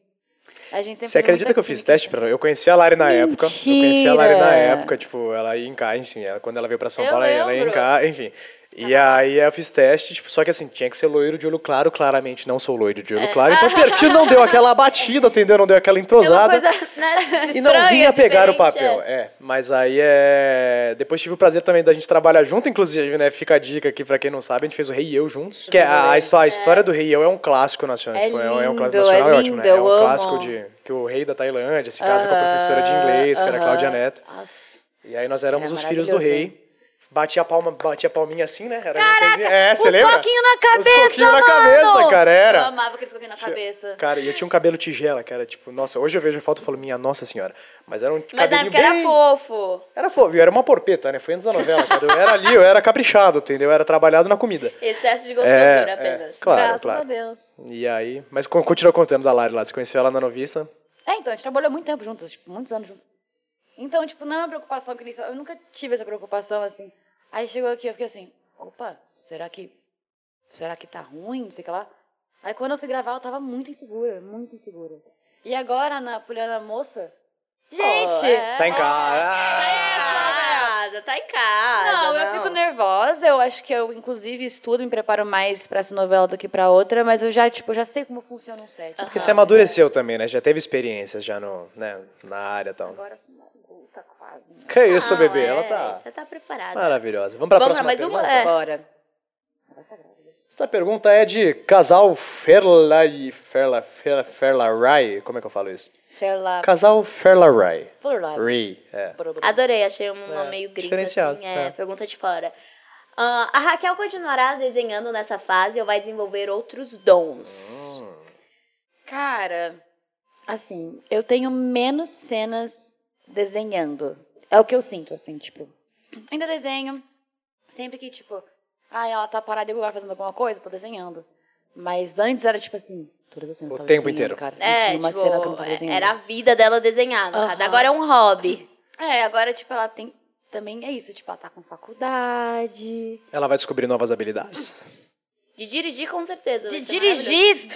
Speaker 4: A gente sempre.
Speaker 1: Você
Speaker 4: teve
Speaker 1: acredita
Speaker 4: muita
Speaker 1: que eu fiz
Speaker 4: química.
Speaker 1: teste pra Eu conheci a Lari na época. Eu conheci a Lari na
Speaker 4: Mentira!
Speaker 1: época, tipo, ela ia em cá, enfim, ela, quando ela veio pra São
Speaker 2: Eu
Speaker 1: Paulo, ela ia em
Speaker 2: lembro.
Speaker 1: cá, enfim. E aí eu fiz teste, tipo, só que assim, tinha que ser loiro de olho claro, claramente não sou loiro de olho
Speaker 4: É.
Speaker 1: claro, então o perfil não deu aquela batida, entendeu? Não deu aquela entrosada.
Speaker 2: Né?
Speaker 1: E não
Speaker 2: Estranha,
Speaker 1: vinha pegar o
Speaker 2: diferente,
Speaker 1: papel,
Speaker 2: é.
Speaker 1: é. Mas aí é. Depois tive o prazer também da gente trabalhar junto, inclusive, né? Fica a dica aqui pra quem não sabe, a gente fez o Rei e Eu juntos. Que é a, a histó- a história do Rei e Eu é um clássico nacional.
Speaker 4: É
Speaker 1: tipo, um- um clássico
Speaker 4: lindo,
Speaker 1: nacional,
Speaker 4: é
Speaker 1: é ótimo, né?
Speaker 4: lindo,
Speaker 1: É um
Speaker 4: eu amo.
Speaker 1: clássico de. Que o rei da Tailândia se casa com a professora de
Speaker 4: Aham,
Speaker 1: inglês, que era
Speaker 4: aham.
Speaker 1: Cláudia Neto.
Speaker 4: Nossa.
Speaker 1: E aí nós éramos
Speaker 4: Era
Speaker 1: os filhos do
Speaker 4: maravilhoso,
Speaker 1: rei. Batia a palma, batia a palminha assim, né? Era uma coisinha. É, você
Speaker 4: Os
Speaker 1: lembra?
Speaker 4: coquinhos na cabeça!
Speaker 1: Os coquinhos na
Speaker 4: mano!
Speaker 1: cabeça, cara,
Speaker 2: Eu
Speaker 1: era.
Speaker 2: amava aqueles coquinhos na cabeça.
Speaker 1: Cara, e eu tinha um cabelo tigela, cara. Tipo, nossa, hoje eu vejo a foto e falo, minha nossa senhora. Mas era um
Speaker 2: Mas na
Speaker 1: cabelinho
Speaker 2: época
Speaker 1: bem...
Speaker 2: era fofo.
Speaker 1: Era fofo, eu era uma porpeta, né? Foi antes da novela. Quando eu era ali, eu era caprichado, entendeu? Eu era trabalhado na comida.
Speaker 2: Excesso de
Speaker 1: É,
Speaker 2: gostosura
Speaker 1: é,
Speaker 2: apenas.
Speaker 1: claro,
Speaker 4: Graças
Speaker 1: claro.
Speaker 4: a Deus.
Speaker 1: E aí. Mas con- continua contando da Lari lá. Você conheceu ela na noviça?
Speaker 4: É, então, a gente trabalhou muito tempo juntas, tipo, muitos anos juntos. Então, tipo, não é uma preocupação que inicial. Eu nunca tive essa preocupação, assim. Aí chegou aqui, eu fiquei assim, opa, será que. Será que tá ruim? Não sei o que lá. Aí quando eu fui gravar, eu tava muito insegura, muito insegura. E agora, na Poliana Moça. Gente!
Speaker 2: é.
Speaker 1: Tá em Ah! casa.
Speaker 2: casa, tá em casa.
Speaker 4: Não, eu fico nervosa. Eu acho que eu, inclusive, estudo, me preparo mais pra essa novela do que pra outra, mas eu já, tipo, já sei como funciona um set.
Speaker 1: Porque você é amadureceu também, né? Já teve experiências já no, né? na área e tal.
Speaker 4: Agora assim, tá quase. né?
Speaker 1: Que isso, bebê?
Speaker 2: é,
Speaker 1: Ela tá
Speaker 2: Ela tá preparada.
Speaker 1: maravilhosa. Vamos pra
Speaker 2: Vamos
Speaker 1: próxima
Speaker 2: pra mais uma?
Speaker 1: pergunta?
Speaker 2: É.
Speaker 4: Bora.
Speaker 1: Esta pergunta é de casal Ferlai... Ferla... Ferla... Ferla Rai. Como é que eu falo isso?
Speaker 4: Ferla.
Speaker 1: Casal Ferla Rai.
Speaker 4: Por lá. né?
Speaker 1: Ri, é.
Speaker 2: Adorei, achei um nome
Speaker 1: É,
Speaker 2: meio gringo,
Speaker 1: diferenciado,
Speaker 2: assim, é,
Speaker 1: é.
Speaker 2: pergunta de fora. Ah, a Raquel continuará desenhando nessa fase ou vai desenvolver outros
Speaker 4: Hum.
Speaker 2: dons?
Speaker 4: Cara, assim, eu tenho menos cenas desenhando. É o que eu sinto, assim, tipo. Ainda desenho. Sempre que, tipo, ah, ela tá parada em algum lugar fazendo alguma coisa, eu tô desenhando. Mas antes era tipo assim, todas as cenas
Speaker 1: O
Speaker 4: eu tava
Speaker 1: tempo
Speaker 4: desenhando,
Speaker 1: inteiro.
Speaker 4: Cara. Não
Speaker 2: É,
Speaker 4: tinha uma
Speaker 2: tipo,
Speaker 4: cena que eu não tava
Speaker 2: é,
Speaker 4: desenhando.
Speaker 2: era a vida dela desenhar, no caso.
Speaker 4: Aham.
Speaker 2: Agora é um hobby.
Speaker 4: É, agora, tipo, ela tem. Também é isso, tipo, ela tá com faculdade.
Speaker 1: Ela vai descobrir novas habilidades.
Speaker 2: De dirigir, com certeza.
Speaker 4: De
Speaker 2: vai ser
Speaker 4: dirigir.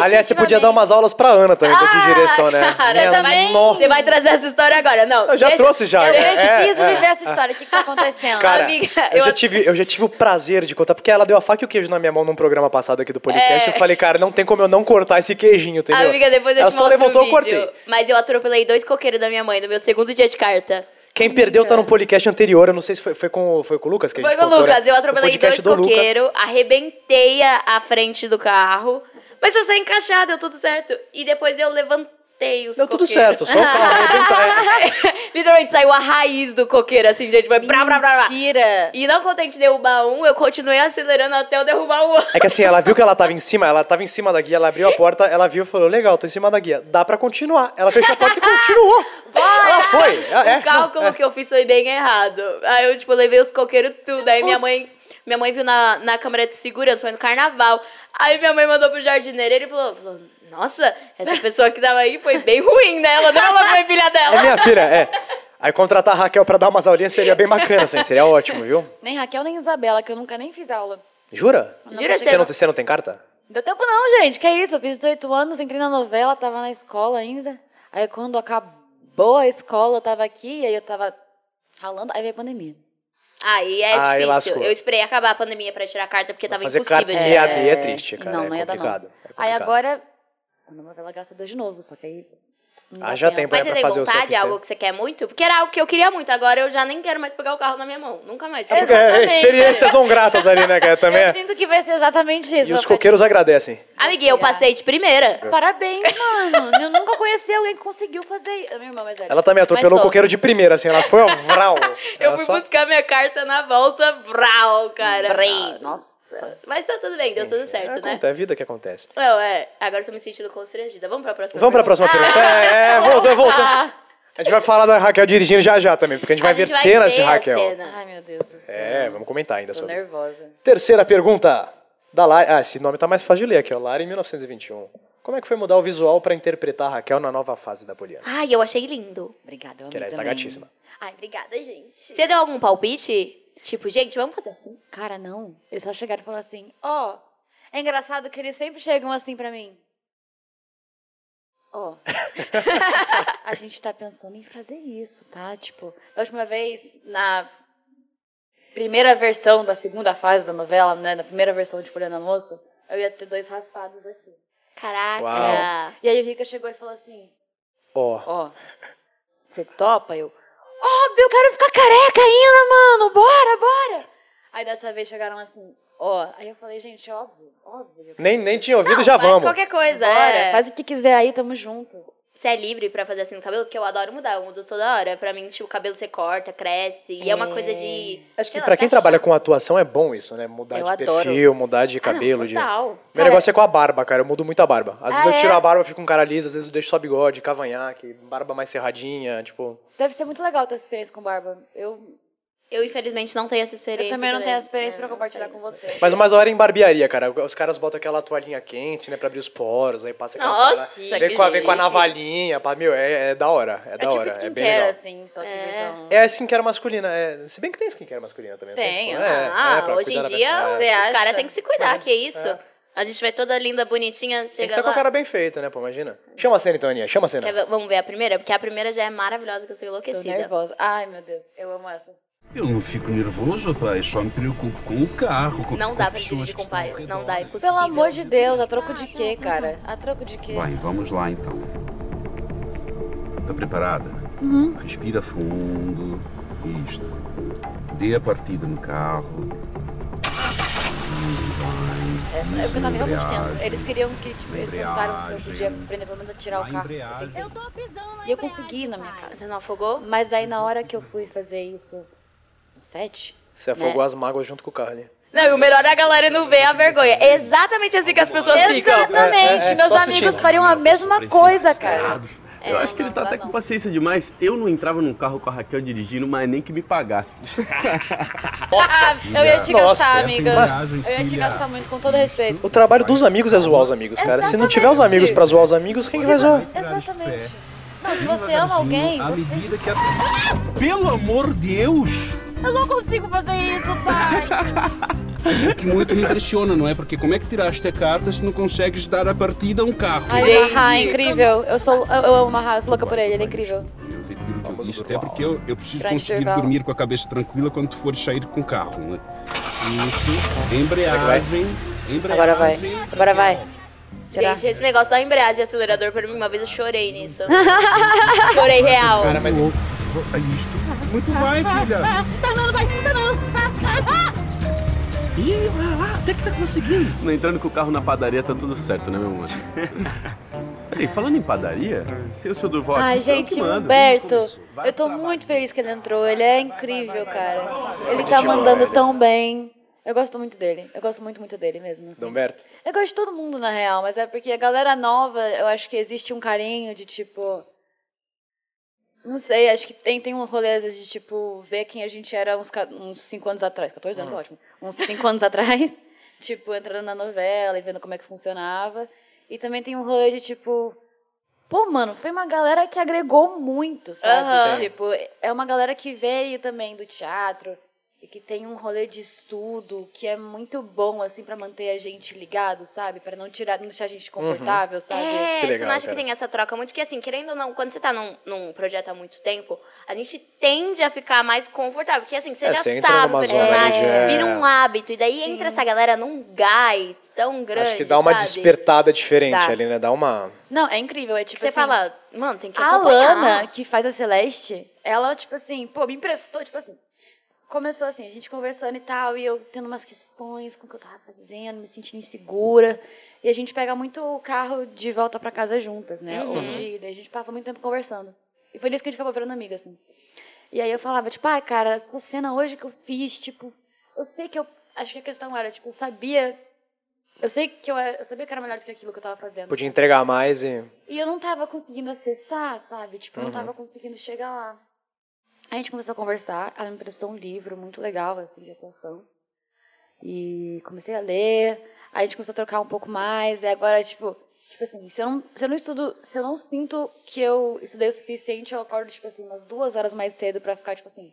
Speaker 1: Aliás, você podia dar umas aulas pra Ana também, de direção, né?
Speaker 2: Ah, cara,
Speaker 1: Minha
Speaker 2: eu também-
Speaker 1: nossa.
Speaker 2: Você vai trazer essa história agora, não.
Speaker 1: Eu já
Speaker 2: deixa-
Speaker 1: trouxe já.
Speaker 4: Eu
Speaker 1: né?
Speaker 4: preciso
Speaker 1: É, é.
Speaker 4: viver essa história. O que, que tá acontecendo?
Speaker 1: Cara,
Speaker 2: Amiga,
Speaker 1: eu,
Speaker 2: eu-
Speaker 1: já tive, eu já tive o prazer de contar, porque ela deu a faca e o queijo na minha mão num programa passado aqui do podcast.
Speaker 2: É.
Speaker 1: Eu falei, cara, não tem como eu não cortar esse queijinho, entendeu?
Speaker 2: Amiga, depois eu
Speaker 1: ela
Speaker 2: te
Speaker 1: só
Speaker 2: mostro
Speaker 1: levantou,
Speaker 2: o
Speaker 1: eu
Speaker 2: vídeo.
Speaker 1: cortei.
Speaker 2: Mas eu atropelei dois coqueiros da minha mãe no meu segundo dia de carta.
Speaker 1: Quem perdeu tá no podcast anterior, eu não sei se foi, foi, com, foi com o Lucas que a
Speaker 2: Foi
Speaker 1: gente
Speaker 2: com o
Speaker 1: contou, né?
Speaker 2: Lucas, eu
Speaker 1: No
Speaker 2: atropelei dois
Speaker 1: podcast do Lucas.
Speaker 2: coqueiros, arrebentei a, a frente do carro, mas eu saí encaixada, deu tudo certo. E depois eu levantei os
Speaker 1: Deu tudo
Speaker 2: coqueiros.
Speaker 1: certo, só tá- o carro arrebentar.
Speaker 2: Literalmente saiu a raiz do coqueiro, assim, gente, foi brá, brá, brá, brá.
Speaker 4: Mentira.
Speaker 2: E não contente de derrubar um, eu continuei acelerando até eu derrubar o outro.
Speaker 1: É que assim, ela viu que ela tava em cima, ela tava em cima da guia, ela abriu a porta, ela viu e falou, legal, tô em cima da guia, dá pra continuar. Ela fechou a porta e continuou. Ela foi. É, é.
Speaker 2: o Um cálculo que eu fiz foi bem errado. Aí eu, tipo, levei os coqueiros tudo. Aí minha mãe, minha mãe viu na, na câmera de segurança, foi no carnaval. Aí minha mãe mandou pro jardineiro e ele falou, falou, nossa, essa pessoa que tava aí foi bem ruim, né? Ela não é uma filha
Speaker 1: É
Speaker 2: dela.
Speaker 1: minha filha, é. Aí contratar a Raquel pra dar umas aulinhas seria bem bacana, assim, seria ótimo, viu?
Speaker 4: Nem Raquel, nem Isabela, que eu nunca nem fiz aula.
Speaker 1: Jura?
Speaker 4: Não
Speaker 2: Jura,
Speaker 4: consigo.
Speaker 1: Você não, você não tem carta?
Speaker 4: Deu tempo não, gente. Que é isso? Eu fiz 18 anos, entrei na novela, tava na escola ainda. Aí quando acabou a escola, eu tava aqui, aí eu tava ralando, aí veio a pandemia.
Speaker 2: Aí é
Speaker 1: Aí
Speaker 2: difícil.
Speaker 1: lascou.
Speaker 2: Eu esperei acabar a pandemia pra tirar a carta, porque tava
Speaker 1: fazer
Speaker 2: impossível
Speaker 1: carta
Speaker 2: de
Speaker 1: de
Speaker 2: tirar.
Speaker 1: EAD é triste,
Speaker 4: Não,
Speaker 1: cara.
Speaker 4: não
Speaker 1: é
Speaker 4: ia dar, não.
Speaker 1: complicado. é
Speaker 4: Aí
Speaker 1: complicado.
Speaker 4: agora a novela gasta dois de novo, só que aí. não dá
Speaker 1: Ah, já tem
Speaker 2: Mas
Speaker 1: pra,
Speaker 2: você
Speaker 1: pra
Speaker 2: tem
Speaker 1: fazer o
Speaker 2: vontade?
Speaker 1: CFC.
Speaker 2: É algo que você quer muito? Porque era algo que eu queria muito. Agora eu já nem quero mais pegar o carro na minha mão. Nunca mais.
Speaker 1: É, porque é
Speaker 4: Exatamente.
Speaker 1: experiências não gratas ali, né, cara? Também
Speaker 4: Eu
Speaker 1: é.
Speaker 4: sinto que vai ser exatamente isso.
Speaker 1: E os
Speaker 4: vai ficar
Speaker 1: coqueiros agradecem.
Speaker 2: Amiguinha, eu passei de primeira.
Speaker 1: É.
Speaker 4: tipo, Parabéns, mano. Eu nunca conheci alguém que conseguiu fazer isso. Minha irmã mais velha.
Speaker 1: Ela também
Speaker 4: Mas
Speaker 1: atropelou o
Speaker 4: só-
Speaker 1: coqueiro de primeira, assim. Ela foi, ó, vral.
Speaker 2: Eu
Speaker 1: Ela
Speaker 2: fui
Speaker 1: só-
Speaker 2: buscar minha carta na volta. Brau, cara.
Speaker 4: Brei, Nossa.
Speaker 2: Mas tá tudo bem, deu tudo certo, né?
Speaker 1: Acontece, É a vida que acontece.
Speaker 2: Não, é. Agora eu tô me sentindo constrangida. Vamos pra próxima
Speaker 1: Vamos pra
Speaker 2: pergunta?
Speaker 1: próxima pergunta. É, é, voltando, voltando.
Speaker 4: Ah,
Speaker 1: A gente vai falar da Raquel dirigindo já já também, porque a gente vai
Speaker 2: A gente
Speaker 1: ver cenas de
Speaker 2: a
Speaker 1: Raquel.
Speaker 2: cena.
Speaker 4: ai, meu Deus do céu.
Speaker 1: É, vamos comentar ainda
Speaker 4: Tô
Speaker 1: sobre.
Speaker 4: nervosa.
Speaker 1: Terceira pergunta da Lari. Ah, esse nome tá mais fácil de ler aqui, ó. Lari 1921. Como é que foi mudar o visual pra interpretar a Raquel na nova fase da Poliana?
Speaker 2: Ai, eu achei lindo.
Speaker 4: Obrigada, eu amei
Speaker 1: Que aliás, tá
Speaker 4: também.
Speaker 1: gatíssima.
Speaker 2: Ai, obrigada, gente. Você deu algum palpite? Tipo, gente, vamos fazer assim.
Speaker 4: Cara, não. Eles só chegaram e falaram assim: Ó, é engraçado que eles sempre chegam assim pra mim. Ó, a gente tá pensando em fazer isso, tá? Tipo, da última vez, na primeira versão da segunda fase da novela, né? Na primeira versão de Folha na Moça, eu ia ter dois raspados aqui.
Speaker 2: Caraca.
Speaker 1: Uau.
Speaker 4: E aí o Rica chegou e falou assim:
Speaker 1: Ó,
Speaker 4: Ó, você topa? Eu, óbvio, eu quero ficar careca ainda, mano, bora, bora. Aí dessa vez chegaram assim, ó. Aí eu falei, gente, óbvio, óbvio.
Speaker 1: nem, nem tinha ouvido,
Speaker 2: Não,
Speaker 1: já
Speaker 2: faz
Speaker 1: Ah, vamos.
Speaker 2: qualquer coisa,
Speaker 4: Bora,
Speaker 2: é.
Speaker 4: faz o que quiser aí, tamo junto.
Speaker 2: Você é livre pra fazer assim no cabelo? Porque eu adoro mudar, eu mudo toda hora. Pra mim, tipo, o cabelo você corta, cresce. E é uma
Speaker 4: É.
Speaker 2: coisa de...
Speaker 1: Acho que
Speaker 2: sei lá,
Speaker 1: pra quem
Speaker 2: você
Speaker 1: trabalha
Speaker 2: acha-
Speaker 1: com atuação é bom isso, né? Mudar
Speaker 4: Eu
Speaker 1: de
Speaker 4: adoro.
Speaker 1: perfil, mudar de
Speaker 2: Ah, não,
Speaker 1: cabelo. de...
Speaker 2: total.
Speaker 1: Meu negócio é com a barba, cara. Eu mudo muito a barba. Às vezes
Speaker 4: Ah,
Speaker 1: eu tiro
Speaker 4: é?
Speaker 1: a barba, fico com cara liso, às vezes eu deixo só bigode, cavanhaque, barba mais cerradinha, tipo.
Speaker 4: Deve ser muito legal ter essa experiência com barba. Eu,
Speaker 2: Eu, infelizmente, não tenho essa experiência.
Speaker 4: eu também não tenho essa experiência
Speaker 2: É,
Speaker 4: pra compartilhar
Speaker 2: não
Speaker 4: com
Speaker 2: tenho.
Speaker 4: você.
Speaker 1: Mas umas horas em barbearia, cara. Os caras botam aquela toalhinha quente, né? Pra abrir os poros, aí passa aquela.
Speaker 2: Nossa,
Speaker 1: toalha- vem,
Speaker 2: que
Speaker 1: com a, vem com a
Speaker 2: chique.
Speaker 1: navalhinha, pá. Meu, é, é da hora. É,
Speaker 4: É
Speaker 1: da hora.
Speaker 4: tipo
Speaker 1: É bem
Speaker 4: skincare,
Speaker 1: legal.
Speaker 4: assim, só que
Speaker 2: É.
Speaker 4: versão...
Speaker 1: É skincare masculina. É... Se bem que tem skincare masculina também. não
Speaker 4: Tem,
Speaker 1: Tipo,
Speaker 2: Ah,
Speaker 1: pra
Speaker 2: hoje em
Speaker 1: cuidar da-
Speaker 2: dia,
Speaker 1: é.
Speaker 4: Você
Speaker 2: os caras
Speaker 4: acha?
Speaker 2: têm que se cuidar, que isso.
Speaker 1: É.
Speaker 2: A gente vai toda linda, bonitinha,
Speaker 1: Tem que
Speaker 2: chega
Speaker 1: estar com
Speaker 2: lá.
Speaker 1: a cara bem feita, né? Pô, imagina. Chama a cena, então, Aninha. Chama a cena.
Speaker 2: Quer ver- vamos ver a primeira? Porque a primeira já é maravilhosa, que eu sou
Speaker 4: Tô
Speaker 2: enlouquecida.
Speaker 4: nervosa. Ai, meu Deus, eu amo essa.
Speaker 5: Eu não fico nervoso, rapaz. Só me preocupo com o carro. Com,
Speaker 2: Não
Speaker 5: com
Speaker 2: dá
Speaker 5: as
Speaker 2: pra
Speaker 5: pessoas
Speaker 2: dirigir
Speaker 5: que
Speaker 2: com
Speaker 5: estão ao
Speaker 2: pai. Não
Speaker 5: redor.
Speaker 2: dá, é impossível.
Speaker 4: Pelo amor de Deus, a troco de quê, cara? A troco de quê?
Speaker 5: Bem, vamos lá então. Tá preparada?
Speaker 4: Uhum.
Speaker 5: Respira fundo. Isto. Dê a partida no carro.
Speaker 4: É, é porque eu tava realmente tenso.
Speaker 5: Embreagem.
Speaker 4: Eles queriam que, tipo, eles perguntaram se eu podia aprender pelo menos a tirar
Speaker 5: A
Speaker 4: o carro.
Speaker 5: embreagem.
Speaker 6: Eu tô pisando na
Speaker 4: E eu
Speaker 6: embreagem,
Speaker 4: consegui na minha
Speaker 6: pai.
Speaker 4: casa.
Speaker 2: Você não afogou?
Speaker 4: Mas aí na hora que eu fui fazer isso, no set,
Speaker 1: Você
Speaker 2: É.
Speaker 1: afogou as mágoas junto com o carro ali.
Speaker 2: Não, e o melhor é a galera não ver a vergonha. É exatamente assim que as pessoas ficam.
Speaker 4: Exatamente!
Speaker 1: Tá É, é, é,
Speaker 4: meus
Speaker 1: só
Speaker 4: amigos
Speaker 1: assistindo.
Speaker 4: fariam a mesma
Speaker 1: é
Speaker 4: coisa, cara.
Speaker 7: Eu acho que
Speaker 4: É, não,
Speaker 7: ele tá
Speaker 4: não dá
Speaker 7: até
Speaker 4: não.
Speaker 7: com paciência demais. Eu não entrava num carro com a Raquel dirigindo, mas nem que me pagasse.
Speaker 4: Ah, eu ia te
Speaker 1: Nossa,
Speaker 4: gastar,
Speaker 1: é
Speaker 4: amiga.
Speaker 5: verdade,
Speaker 4: Eu ia te
Speaker 5: filha.
Speaker 4: gastar muito, com todo respeito.
Speaker 1: O trabalho dos amigos é zoar os amigos, cara. Se não tiver os amigos pra zoar os amigos, quem que vai zoar?
Speaker 4: Exatamente. Não, se você ama alguém,
Speaker 5: À
Speaker 4: você...
Speaker 5: medida que a... Pelo amor de Deus!
Speaker 6: Eu não consigo fazer isso, pai.
Speaker 5: O que muito me impressiona, não é? Porque como é que tiraste a carta se não consegues dar a partida a um carro?
Speaker 4: Ai, o Mahá é incrível. Eu, sou, eu, eu amo o Mahá, eu sou louca por ele, ele é incrível.
Speaker 5: Eu retiro o que eu disse, até porque eu, eu preciso
Speaker 4: Grande
Speaker 5: conseguir
Speaker 4: intervalo.
Speaker 5: dormir com a cabeça tranquila quando tu fores sair com o carro. né? Isso. Embreagem. embreagem
Speaker 4: Agora vai, agora vai. Será?
Speaker 2: Gente, esse negócio da embreagem e acelerador, pra mim, uma vez eu chorei nisso. chorei real.
Speaker 1: Cara, mas
Speaker 5: É isto. Muito bem, filha.
Speaker 6: Ah, tá andando, pai. Tá andando. Ah, ah,
Speaker 7: Ih, lá, lá, até que tá conseguindo. Não, entrando com o carro na padaria tá tudo certo, né, meu amor? Peraí, falando em padaria, sei o seu Durval aqui,
Speaker 4: Ai,
Speaker 7: sou eu
Speaker 4: gente,
Speaker 7: que mando.
Speaker 4: Humberto,
Speaker 7: Vai
Speaker 4: eu tô
Speaker 7: pro trabalho.
Speaker 4: muito feliz que ele entrou. Ele é incrível, cara. Ele tá
Speaker 7: né?
Speaker 4: mandando tão bem. Eu gosto muito dele. Eu gosto muito, muito dele mesmo. assim.
Speaker 1: Humberto.
Speaker 4: Eu gosto de todo mundo, na real, mas é porque a galera nova, eu acho que existe um carinho de tipo. Não sei, acho que tem, tem um rolê às vezes de tipo ver quem a gente era uns, ca- uns cinco anos atrás. 14 anos, ótimo. Uns cinco anos atrás. Tipo, entrando na novela e vendo como é que funcionava. E também tem um rolê de tipo. Pô, mano, foi uma galera que agregou muito, sabe?
Speaker 2: Aham.
Speaker 1: Sim.
Speaker 4: Tipo, é uma galera que veio também do teatro e que tem um rolê de estudo que é muito bom, assim, pra manter a gente ligado, sabe? Pra não tirar, não deixar a gente confortável, sabe?
Speaker 1: Que
Speaker 2: É, você
Speaker 1: legal,
Speaker 2: não acha
Speaker 1: cara.
Speaker 2: que tem essa troca muito? Porque, assim, querendo ou não, quando você tá num, num projeto há muito tempo, a gente tende a ficar mais confortável. Porque, assim, você
Speaker 1: É,
Speaker 2: já
Speaker 1: você entra
Speaker 2: sabe o
Speaker 1: numa zona
Speaker 2: personagem,
Speaker 1: ali é. de-
Speaker 2: vira um hábito. E daí entra essa galera num gás tão grande.
Speaker 1: Acho que dá uma
Speaker 2: sabe?
Speaker 1: despertada diferente
Speaker 4: Dá.
Speaker 1: ali, né? Dá uma.
Speaker 4: Não, é incrível, é tipo
Speaker 2: Você
Speaker 4: assim,
Speaker 2: fala, mano, tem que
Speaker 4: A
Speaker 2: acompanhar.
Speaker 4: Lana, que faz a Celeste, ela, tipo assim, pô, me emprestou, tipo assim. Começou assim, a gente conversando e tal, e eu tendo umas questões com o que eu tava fazendo, me sentindo insegura. E a gente pega muito o carro de volta pra casa juntas, né?
Speaker 2: Uhum.
Speaker 4: Ou de ida, e a gente passa muito tempo conversando. E foi nisso que a gente acabou virando amiga, assim. E aí eu falava, tipo, ai, cara, essa cena hoje que eu fiz, tipo, eu sei que eu. Acho que a questão era, tipo, eu sabia. Eu sei que eu, era, eu sabia que era melhor do que aquilo que eu tava fazendo.
Speaker 1: Podia entregar mais e.
Speaker 4: E eu não tava conseguindo acessar, sabe? Tipo, eu não tava conseguindo chegar lá. A gente começou a conversar, ela me emprestou um livro muito legal, assim, de atuação. E comecei a ler, aí a gente começou a trocar um pouco mais, e agora, tipo, tipo assim, se eu não, se eu não estudo, se eu não sinto que eu estudei o suficiente, eu acordo, tipo assim, umas duas horas mais cedo pra ficar, tipo assim,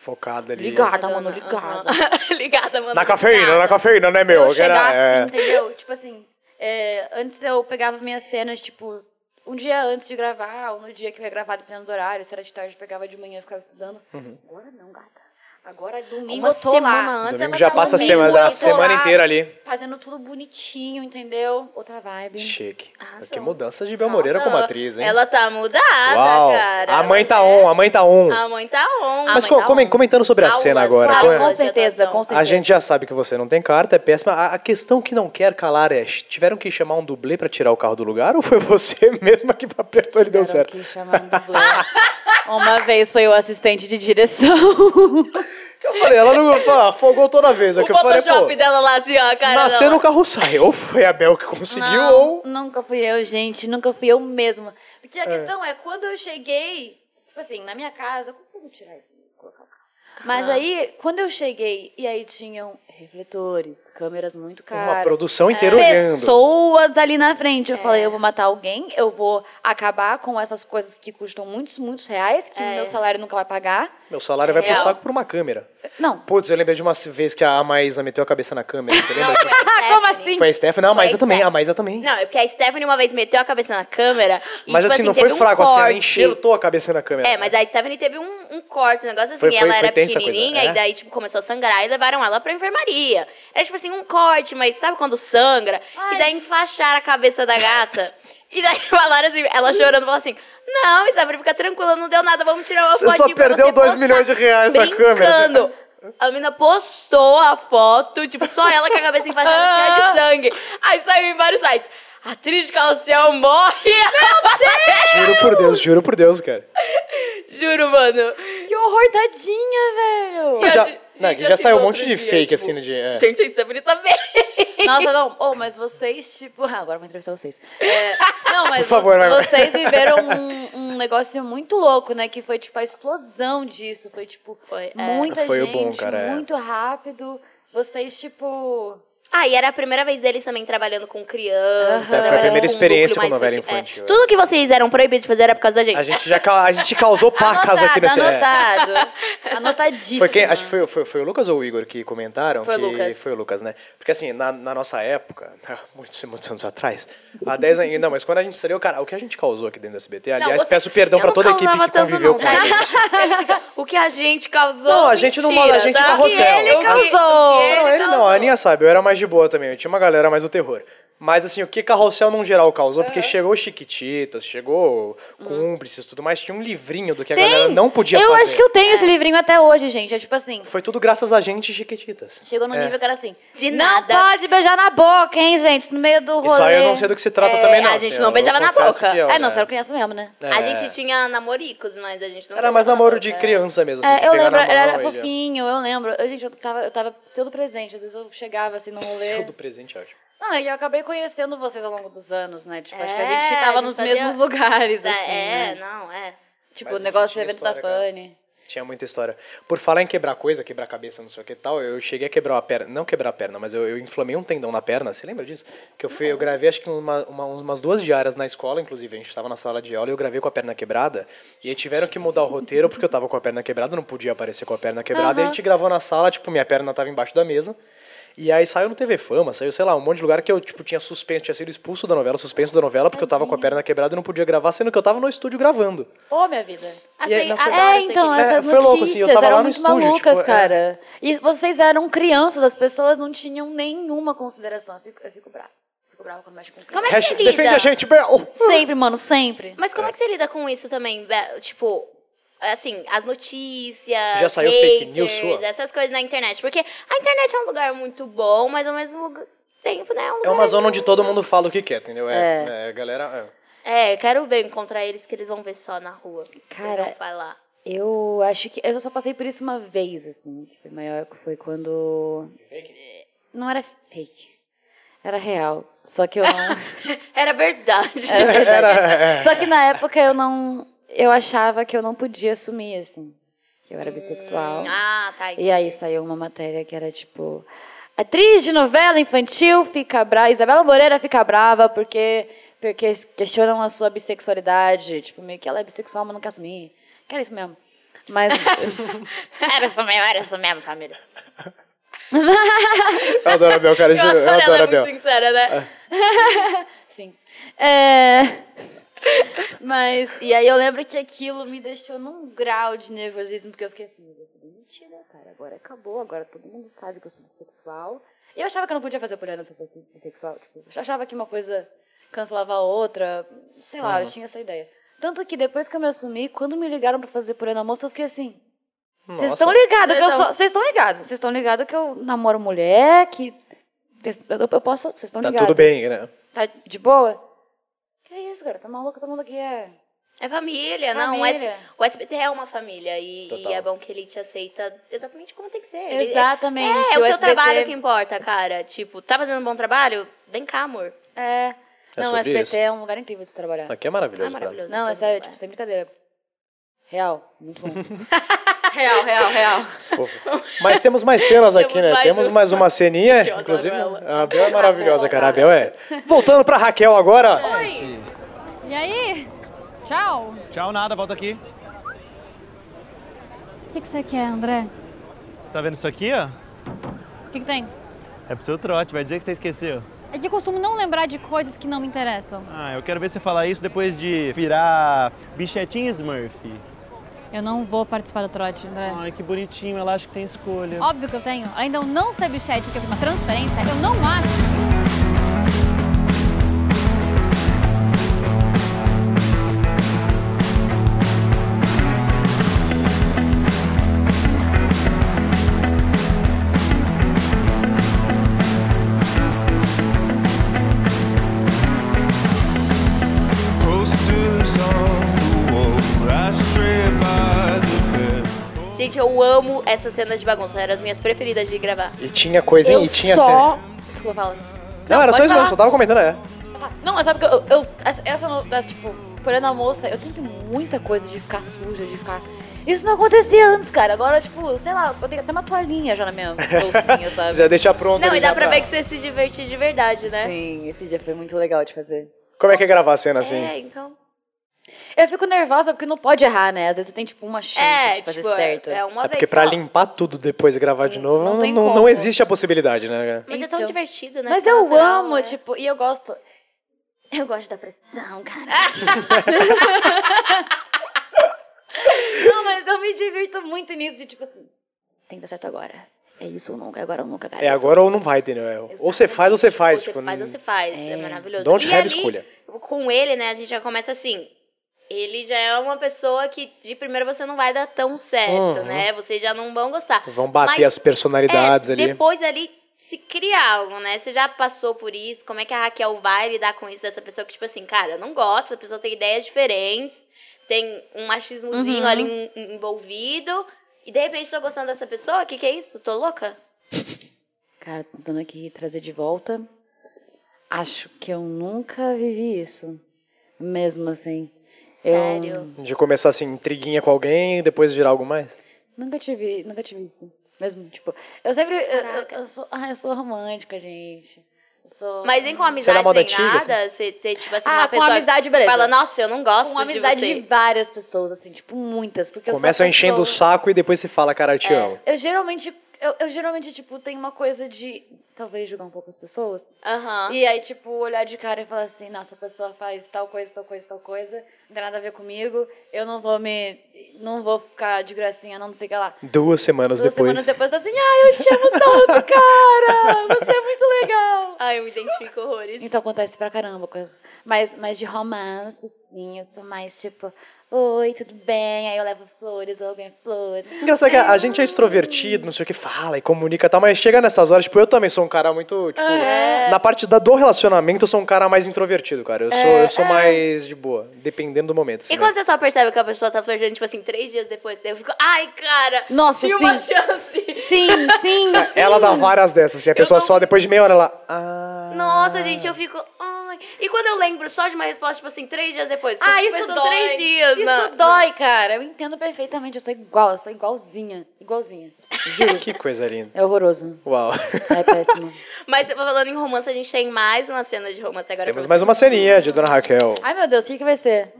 Speaker 1: Focada ali.
Speaker 4: ligada, mano, ligada.
Speaker 2: ligada, mano.
Speaker 1: Na cafeína, na cafeína, né, meu?
Speaker 4: eu chegar
Speaker 1: Era-
Speaker 4: assim, entendeu? Tipo assim, é, antes eu pegava minhas cenas, tipo, um dia antes de gravar, ou no dia que eu ia gravar, dependendo do horário, se era de tarde, eu pegava de manhã e ficava estudando.
Speaker 1: Uhum.
Speaker 4: Agora não, gata. Agora é domingo,
Speaker 2: Uma
Speaker 4: eu tô
Speaker 2: semana
Speaker 4: lá.
Speaker 1: é.
Speaker 2: antes,
Speaker 1: Domingo
Speaker 2: ela
Speaker 1: já
Speaker 2: tá
Speaker 1: passa a
Speaker 2: dormindo, ah,
Speaker 1: semana, da
Speaker 2: eu tô
Speaker 1: semana
Speaker 2: lá.
Speaker 1: inteira ali.
Speaker 4: Fazendo tudo bonitinho, entendeu? Outra vibe.
Speaker 1: Chique.
Speaker 2: Arrasou.
Speaker 1: que mudança de Bel Moreira como atriz, hein?
Speaker 2: Ela tá mudada,
Speaker 1: Uau.
Speaker 2: cara.
Speaker 1: A mãe tá
Speaker 2: Ela
Speaker 1: on, a mãe tá on.
Speaker 2: é- A mãe tá on.
Speaker 1: Mas
Speaker 2: a mãe
Speaker 1: co-
Speaker 2: tá
Speaker 1: comen-
Speaker 2: on.
Speaker 1: comentando sobre a
Speaker 2: Aulas,
Speaker 1: cena agora.
Speaker 2: sabe?
Speaker 1: como é-
Speaker 4: Claro,
Speaker 2: Como
Speaker 4: com
Speaker 2: é?
Speaker 4: certeza, com certeza.
Speaker 1: A gente já sabe que você não tem carta, é péssima. A, a questão que não quer calar é: tiveram que chamar um dublê pra tirar o carro do lugar ou foi você mesma que apertou e deu
Speaker 4: Tiveram
Speaker 1: certo?
Speaker 4: que chamar um dublê. Uma vez foi o assistente de direção.
Speaker 1: Eu falei, ela não fala, afogou toda vez. É
Speaker 2: O
Speaker 1: que eu falei,
Speaker 2: Photoshop
Speaker 1: pô,
Speaker 2: dela lá assim, ó, a cara.
Speaker 1: nascer
Speaker 2: dela.
Speaker 1: no carro sai. Ou foi a Bel que conseguiu,
Speaker 4: Não,
Speaker 1: ou.
Speaker 4: nunca fui eu, gente. Nunca fui eu mesma. Porque a questão é, quando eu cheguei, tipo assim, na minha casa, eu consigo tirar isso. e colocar lá. Mas aí, quando eu cheguei, e aí tinham refletores, câmeras muito caras. é,
Speaker 1: Uma
Speaker 2: é
Speaker 1: produção inteira olhando.
Speaker 4: Pessoas ali na frente. Eu falei, eu vou matar alguém, eu vou acabar com essas coisas que custam muitos, muitos reais, que
Speaker 2: É.
Speaker 4: meu salário nunca vai pagar.
Speaker 1: Meu salário vai pro
Speaker 2: Real.
Speaker 1: saco por uma câmera.
Speaker 4: Não.
Speaker 1: Putz, eu lembrei de uma vez que a Maísa meteu a cabeça na câmera. Você lembra? disso?
Speaker 4: Como
Speaker 2: Stephanie.
Speaker 4: assim?
Speaker 1: foi a Stephanie? Não, a
Speaker 2: Foi a
Speaker 1: Maísa também.
Speaker 2: Stephanie.
Speaker 1: A Maísa também.
Speaker 2: Não, é porque a Stephanie uma vez meteu a cabeça na câmera. E,
Speaker 1: Mas
Speaker 2: tipo,
Speaker 1: assim, não
Speaker 2: teve
Speaker 1: foi
Speaker 2: um
Speaker 1: fraco assim, ela
Speaker 2: corte.
Speaker 1: enxertou a cabeça na câmera.
Speaker 2: É, mas a Stephanie teve um, um corte, um negócio assim.
Speaker 1: Foi- foi-
Speaker 2: ela
Speaker 1: foi
Speaker 2: era
Speaker 1: tensa a coisa,
Speaker 2: pequenininha
Speaker 1: é?
Speaker 2: e daí, tipo, começou a sangrar e levaram ela pra enfermaria. Era, tipo assim, um corte, mas sabe quando sangra? E daí enfaixaram a cabeça da gata. e daí falaram assim, ela chorando, falou assim, não, Stephanie, fica tranquila, não deu nada, vamos tirar uma
Speaker 1: Você só
Speaker 2: fotinho pra
Speaker 1: perdeu
Speaker 2: você
Speaker 1: dois
Speaker 2: postar."
Speaker 1: milhões de reais na câmera, tá-
Speaker 2: Brincando. A menina postou a foto, tipo, só ela com a cabeça enfaixada, cheia de sangue. Aí saiu em vários sites. Atriz de calcião morre!
Speaker 1: Juro por Deus, juro por Deus, cara.
Speaker 2: Juro, mano.
Speaker 4: Que horror, tadinha, velho.
Speaker 2: Eu
Speaker 1: Já,
Speaker 2: acho-
Speaker 1: não,
Speaker 2: gente,
Speaker 1: já
Speaker 2: assim,
Speaker 1: saiu um
Speaker 2: no
Speaker 1: monte
Speaker 2: outro
Speaker 1: de
Speaker 2: dia,
Speaker 1: fake,
Speaker 2: tipo,
Speaker 1: assim, de... é.
Speaker 2: Gente, a Stephanie também.
Speaker 4: Nossa, não. Oh, mas vocês, tipo. Ah, agora eu vou entrevistar vocês. É, não, mas
Speaker 1: Por favor,
Speaker 4: vo-
Speaker 1: vai, vai.
Speaker 4: vocês viveram um, um negócio muito louco, né? Que foi, tipo, a explosão disso. Foi, tipo,
Speaker 2: Foi, é.
Speaker 4: muita
Speaker 1: Foi o
Speaker 4: gente,
Speaker 1: boom, cara, é.
Speaker 4: muito rápido. Vocês, tipo.
Speaker 2: Ah, e era a primeira vez deles também trabalhando com criança.
Speaker 4: Aham. Foi a
Speaker 2: trabalhando
Speaker 1: primeira
Speaker 2: com
Speaker 1: experiência
Speaker 2: um núcleo
Speaker 1: com novela
Speaker 2: mais
Speaker 1: infantil,
Speaker 2: É.
Speaker 1: é.
Speaker 2: Tudo que vocês eram proibidos de fazer era por causa da gente.
Speaker 1: A gente já ca- a gente causou pacas aqui nesse... é.
Speaker 4: anotado. Anotadíssimo.
Speaker 1: Foi quem, acho que foi, foi, foi o Lucas ou o Igor que comentaram?
Speaker 2: Foi o
Speaker 1: que
Speaker 2: Lucas.
Speaker 1: Foi o Lucas, né? Porque assim, na, na nossa época, né, muitos, muitos anos atrás, há 10 anos, não, mas quando a gente estreou, cara, o que a gente causou aqui dentro do SBT, aliás,
Speaker 2: você-
Speaker 1: peço perdão
Speaker 2: Eu
Speaker 1: pra
Speaker 2: não
Speaker 1: toda a equipe
Speaker 2: causava
Speaker 1: que
Speaker 2: tanto
Speaker 1: conviveu
Speaker 2: não,
Speaker 1: com a
Speaker 2: tá?
Speaker 1: gente.
Speaker 2: Ele fica, o que a gente causou.
Speaker 1: Não, a gente não
Speaker 2: mentira,
Speaker 1: manda, a gente
Speaker 2: tá?
Speaker 1: carrossel.
Speaker 2: O que ele
Speaker 1: A-
Speaker 2: causou.
Speaker 1: Não, ele não, a Aninha sabe, eu era mais de boa também, eu tinha uma galera mais do terror. Mas assim, o que Carrossel num geral causou, porque chegou Chiquititas, chegou
Speaker 2: Hum.
Speaker 1: Cúmplices, tudo mais, tinha um livrinho do que a galera não podia
Speaker 4: eu
Speaker 1: fazer.
Speaker 4: acho que eu tenho esse livrinho até hoje, gente. É tipo assim.
Speaker 1: Foi tudo graças a gente, Chiquititas. É.
Speaker 4: Chegou num nível que era assim.
Speaker 2: De
Speaker 4: não
Speaker 2: nada.
Speaker 4: pode beijar na boca, hein, gente? No meio do rolê.
Speaker 1: Isso aí eu não sei do que se trata
Speaker 2: É,
Speaker 1: também, não. Assim,
Speaker 2: a gente não beijava na boca.
Speaker 4: É, não, você era criança mesmo, né?
Speaker 2: A gente tinha namoricos, mas a gente não
Speaker 1: é. Era mais
Speaker 2: gostava.
Speaker 1: namoro de criança mesmo. assim,
Speaker 4: É,
Speaker 1: de
Speaker 4: eu
Speaker 1: pegar
Speaker 4: lembro,
Speaker 1: na
Speaker 4: ele
Speaker 1: mão
Speaker 4: era
Speaker 1: e-
Speaker 4: fofinho, eu lembro. Eu, gente, eu tava, eu tava pseudo presente, às vezes eu chegava assim num rolê.
Speaker 1: Pseudo presente, eu acho.
Speaker 4: Não, e eu acabei conhecendo vocês ao longo dos anos, né? Tipo, acho que a
Speaker 2: É,
Speaker 4: gente
Speaker 2: a
Speaker 4: tava
Speaker 2: gente
Speaker 4: nos
Speaker 2: fazia-
Speaker 4: mesmos lugares,
Speaker 2: É,
Speaker 4: assim,
Speaker 2: é
Speaker 4: né?
Speaker 2: não, é.
Speaker 1: Mas
Speaker 4: Tipo, o
Speaker 1: a gente
Speaker 4: negócio do
Speaker 1: tinha
Speaker 4: evento
Speaker 1: história,
Speaker 4: da
Speaker 1: cara.
Speaker 4: Fanny.
Speaker 1: Tinha muita história. Por falar em quebrar coisa, quebrar cabeça, não sei o que e tal, eu cheguei a quebrar a perna. Não quebrar a perna, mas eu, eu inflamei um tendão na perna. Você lembra disso? Que eu fui, eu gravei acho que uma- uma- umas duas diárias na escola, inclusive. A gente tava na sala de aula e eu gravei com a perna quebrada. E aí tiveram que mudar o roteiro porque eu tava com a perna quebrada, não podia aparecer com a perna quebrada. E a gente gravou na sala, tipo, minha perna tava embaixo da mesa. E aí saiu no TV Fama, saiu, sei lá, um monte de lugar que eu, tipo, tinha suspenso, tinha sido expulso da novela, suspenso da novela, porque eu tava com a perna quebrada e não podia gravar, sendo que eu tava no estúdio gravando.
Speaker 4: Ô, minha vida.
Speaker 2: Assim,
Speaker 1: aí, na
Speaker 2: adoro
Speaker 1: Cara,
Speaker 4: É,
Speaker 2: isso
Speaker 4: então,
Speaker 2: aqui.
Speaker 1: é,
Speaker 4: essas
Speaker 1: foi
Speaker 4: notícias
Speaker 1: louco, assim, eu tava lá
Speaker 4: eram
Speaker 1: no
Speaker 4: muito
Speaker 1: estúdio,
Speaker 4: malucas,
Speaker 1: tipo, é.
Speaker 4: cara. E vocês eram crianças, as pessoas não tinham nenhuma consideração. Eu fico, eu fico brava. Fico brava quando mexe com criança.
Speaker 2: Como é que você
Speaker 1: Hashtag defende
Speaker 2: lida?
Speaker 1: a gente, Bel!
Speaker 4: Sempre, mano, sempre.
Speaker 2: Mas como é que você lida com isso também? Be- Tipo, assim, as notícias,
Speaker 1: Já saiu
Speaker 2: haters,
Speaker 1: fake news sua?
Speaker 2: essas coisas na internet. Porque a internet é um lugar muito bom, mas ao mesmo lugar- tempo, né? um
Speaker 1: É
Speaker 2: lugar
Speaker 1: uma zona
Speaker 2: muito-
Speaker 1: onde todo mundo fala o que quer, entendeu? É, é, galera. é.
Speaker 2: É, quero ver, encontrar eles que eles vão ver só na rua.
Speaker 4: Cara,
Speaker 2: Eles vão falar.
Speaker 4: Eu acho que. Eu só passei por isso uma vez, assim, que foi maior, que foi quando. Não era fake. Era real. Só que eu não.
Speaker 2: Era verdade.
Speaker 4: Era É verdade.
Speaker 1: Era-
Speaker 4: Só que na época eu não. Eu achava que eu não podia assumir, assim. Que eu era bissexual.
Speaker 2: Ah, tá.
Speaker 4: E aí saiu uma matéria que era tipo. Atriz de novela infantil fica brava. Isabela Moreira fica brava porque, porque questionam a sua bissexualidade. Tipo, meio que ela é bissexual, mas não quer assumir. Que era isso mesmo. Mas.
Speaker 2: Era isso mesmo, era isso mesmo, família.
Speaker 1: Eu adoro a Bel, cara,
Speaker 2: Eu
Speaker 1: juro. Eu
Speaker 2: adoro
Speaker 1: adoro a
Speaker 2: ela é
Speaker 1: Bel.
Speaker 2: muito sincera, né?
Speaker 4: Sim. É... Mas. E aí eu lembro que aquilo me deixou num grau de nervosismo, porque eu fiquei assim, eu falei, mentira, cara, agora acabou, agora todo mundo sabe que eu sou bissexual. E eu achava que eu não podia fazer poliana se eu fosse bissexual. Tipo, eu achava que uma coisa cancelava a outra. Sei lá, eu tinha essa ideia. Tanto que depois que eu me assumi, quando me ligaram pra fazer poliana moça, eu fiquei assim. Vocês estão
Speaker 1: tá
Speaker 4: ligados que eu sou. Vocês estão ligados. Vocês estão ligados que eu namoro mulher, que. Eu eu posso. Vocês estão
Speaker 1: Tá
Speaker 4: ligados.
Speaker 1: tudo bem, né?
Speaker 4: Tá de boa? Que isso, cara? Tá maluco? Todo mundo aqui é.
Speaker 2: É família, não. o S-
Speaker 4: Família.
Speaker 2: O SBT é uma família e, e
Speaker 1: Total.
Speaker 2: é bom que ele te aceita exatamente como tem que ser. Ele-
Speaker 4: Exatamente.
Speaker 2: É, é o seu
Speaker 4: SBT
Speaker 2: trabalho que importa, cara. Tipo, tá fazendo um bom trabalho? Vem cá, amor. Tá
Speaker 4: É.
Speaker 1: É
Speaker 4: não, o
Speaker 1: sobre
Speaker 4: SBT
Speaker 1: isso?
Speaker 4: é um lugar incrível de se trabalhar.
Speaker 1: Aqui é
Speaker 2: Ah,
Speaker 1: maravilhoso, cara.
Speaker 2: maravilhoso.
Speaker 4: Não,
Speaker 2: Todo
Speaker 4: é sério,
Speaker 2: mundo
Speaker 4: tipo,
Speaker 2: vai.
Speaker 4: sem brincadeira. Real, muito bom.
Speaker 2: Real, real, real.
Speaker 1: Fofo. Mas temos mais cenas aqui,
Speaker 2: Temos
Speaker 1: né?
Speaker 2: mais
Speaker 1: Temos
Speaker 2: um.
Speaker 1: mais uma ceninha.
Speaker 2: Eu adoro
Speaker 1: Inclusive,
Speaker 2: ela.
Speaker 1: a Bel é maravilhosa,
Speaker 2: Boa,
Speaker 1: cara. A
Speaker 2: cara.
Speaker 1: Bel é. Voltando pra Raquel agora.
Speaker 6: E aí? Tchau.
Speaker 8: Tchau, nada, volta aqui.
Speaker 6: O que, que você quer, André?
Speaker 8: Tá vendo isso aqui, ó?
Speaker 6: O que, que tem?
Speaker 8: É pro seu trote, vai dizer que você esqueceu.
Speaker 6: É que eu costumo não lembrar de coisas que não me interessam.
Speaker 8: Ah, eu quero ver você falar isso depois de virar bichetinha Smurf.
Speaker 6: Eu não vou participar do trote, André.
Speaker 8: Ai, que bonitinho, ela acha que tem escolha.
Speaker 6: Óbvio que eu tenho. Ainda eu não sei bichete porque eu fiz uma transferência. Eu não acho.
Speaker 3: Posters on the wall, I stray by the bed.
Speaker 4: assim.
Speaker 2: Gente, eu amo essas cenas de bagunça. Eram as minhas preferidas de gravar.
Speaker 1: E tinha coisa, hein?
Speaker 4: eu
Speaker 1: E tinha cena.
Speaker 4: só.
Speaker 2: Desculpa falando.
Speaker 1: Não, era só
Speaker 4: pode
Speaker 1: isso mesmo,
Speaker 4: falar.
Speaker 1: só tava comentando, é.
Speaker 4: Ah, Não, mas sabe que eu. eu essa, essa no- essa, tipo, porém a moça, eu tenho muita coisa de ficar suja, de ficar. Isso não acontecia antes, cara. Agora, tipo, sei lá, eu tenho até uma toalhinha já na minha bolsinha, sabe?
Speaker 1: Já deixa pronto.
Speaker 2: Não,
Speaker 1: ali
Speaker 2: e dá
Speaker 1: já tá.
Speaker 2: pra ver que você se divertir de verdade, né?
Speaker 4: Sim, esse dia foi muito legal de fazer.
Speaker 1: Como é que é gravar a cena assim?
Speaker 2: É, então.
Speaker 4: Eu fico nervosa porque não pode errar, né? Às vezes você tem, tipo, um, uma chance
Speaker 2: É,
Speaker 4: de fazer
Speaker 2: tipo, é-
Speaker 4: certo.
Speaker 2: é uma
Speaker 1: É
Speaker 2: vez
Speaker 1: porque pra
Speaker 2: só.
Speaker 1: limpar tudo depois e gravar de novo, não,
Speaker 4: não tem
Speaker 1: não,
Speaker 4: como.
Speaker 1: existe a possibilidade, né?
Speaker 2: Mas é tão
Speaker 4: Então.
Speaker 2: divertido, né?
Speaker 4: Mas
Speaker 2: Tão
Speaker 4: eu
Speaker 2: natural,
Speaker 4: amo,
Speaker 2: né?
Speaker 4: tipo, e eu gosto.
Speaker 2: Eu gosto da pressão, cara.
Speaker 4: Não, mas eu me divirto muito nisso, de tipo assim, tem que dar certo agora. É isso ou nunca, agora ou nunca, cara.
Speaker 1: É agora ou não vai, entendeu? É, Ou você faz ou você faz.
Speaker 2: Ou
Speaker 1: tipo,
Speaker 2: você faz, ou você faz. É, maravilhoso.
Speaker 1: Don't
Speaker 2: e
Speaker 1: have
Speaker 2: ali,
Speaker 1: escolha.
Speaker 2: Com ele, né, a gente já começa assim. Ele já é uma pessoa que de primeira você não vai dar tão certo,
Speaker 1: Uhum.
Speaker 2: né? Vocês já não vão gostar.
Speaker 1: Vão bater
Speaker 2: Mas
Speaker 1: as personalidades
Speaker 2: é,
Speaker 1: ali.
Speaker 2: Depois ali se cria algo, né? Você já passou por isso? Como é que a Raquel vai lidar com isso dessa pessoa que, tipo assim, cara, eu não gosto, a pessoa tem ideias diferentes, tem um machismozinho
Speaker 4: Uhum.
Speaker 2: ali en- en- envolvido. E de repente tô gostando dessa pessoa? O que, que é isso? Tô louca?
Speaker 4: Cara, tô tentando aqui trazer de volta. Acho que eu nunca vivi isso. Mesmo assim.
Speaker 2: Sério?
Speaker 1: De começar assim, intriguinha com alguém e depois virar algo mais?
Speaker 4: Nunca tive, nunca tive isso. Mesmo, tipo, eu sempre. eu- Eu,
Speaker 2: Caraca.
Speaker 4: eu sou, ah, eu sou romântica, gente. Eu sou.
Speaker 2: Mas nem com
Speaker 1: Você era
Speaker 2: amizade
Speaker 1: moda
Speaker 2: nem
Speaker 1: antiga,
Speaker 2: nada? Você ter, tipo assim,
Speaker 4: Ah,
Speaker 2: uma
Speaker 4: com
Speaker 2: pessoa
Speaker 4: amizade,
Speaker 2: que
Speaker 4: beleza.
Speaker 2: Fala, nossa, eu não gosto
Speaker 4: com amizade
Speaker 2: de
Speaker 4: de,
Speaker 2: você.
Speaker 4: várias pessoas, assim, tipo, muitas. Porque
Speaker 1: Começa
Speaker 4: eu sou
Speaker 1: enchendo o
Speaker 4: saco.
Speaker 1: saco e depois se fala, cara, eu
Speaker 2: É.
Speaker 1: te amo.
Speaker 4: Eu geralmente, eu, eu geralmente, tipo, tenho uma coisa de talvez julgar um pouco as pessoas.
Speaker 2: Aham.
Speaker 4: E aí, tipo, olhar de cara e falar assim, nossa, a pessoa faz tal coisa, tal coisa, tal coisa, não tem nada a ver comigo, eu não vou me. não vou ficar de gracinha, não, não sei o que lá.
Speaker 1: Duas semanas
Speaker 4: Duas
Speaker 1: depois.
Speaker 4: semanas depois tá assim, ai, eu te amo tanto, cara! Você é muito legal!
Speaker 2: Ai, eu me identifico horrores.
Speaker 4: Então acontece pra caramba, coisas. Mas, mas de romance, sim, eu sou mais tipo, oi, tudo bem? Aí eu levo flores, ou alguém flores.
Speaker 1: Engraçado que a, a gente é extrovertido, não sei o que, fala e comunica e tal, mas chega nessas horas, tipo, eu também sou um cara muito, tipo,
Speaker 2: É.
Speaker 1: na parte da, do relacionamento, eu sou um cara mais introvertido, cara. Eu sou, eu sou mais de boa, dependendo do momento. assim,
Speaker 2: é. E
Speaker 1: né?
Speaker 2: quando você só percebe que a pessoa tá flirtando, tipo assim, três dias depois, daí eu fico, ai, cara,
Speaker 4: Nossa,
Speaker 2: tinha
Speaker 4: sim.
Speaker 2: uma chance.
Speaker 4: Sim, sim,
Speaker 1: Ela dá várias dessas, assim, a pessoa
Speaker 2: não-
Speaker 1: só depois de meia hora, ela. Ah.
Speaker 2: Nossa, gente, eu fico, ai. E quando eu lembro só de uma resposta, tipo assim, três dias depois. fico,
Speaker 4: Ah, isso
Speaker 2: "Mas são
Speaker 4: dói.
Speaker 2: três dias,
Speaker 4: isso
Speaker 2: né?"
Speaker 4: dói, cara. Eu entendo perfeitamente. Eu sou igual, eu sou igualzinha. Igualzinha. Juro.
Speaker 1: Que coisa linda.
Speaker 4: É horroroso.
Speaker 1: Uau.
Speaker 4: É péssimo.
Speaker 2: Mas falando em romance, a gente tem mais uma cena de romance agora.
Speaker 1: Temos
Speaker 2: pra
Speaker 1: mais
Speaker 2: vocês.
Speaker 1: uma ceninha de Dona Raquel.
Speaker 4: Ai, meu Deus, o que, que vai ser?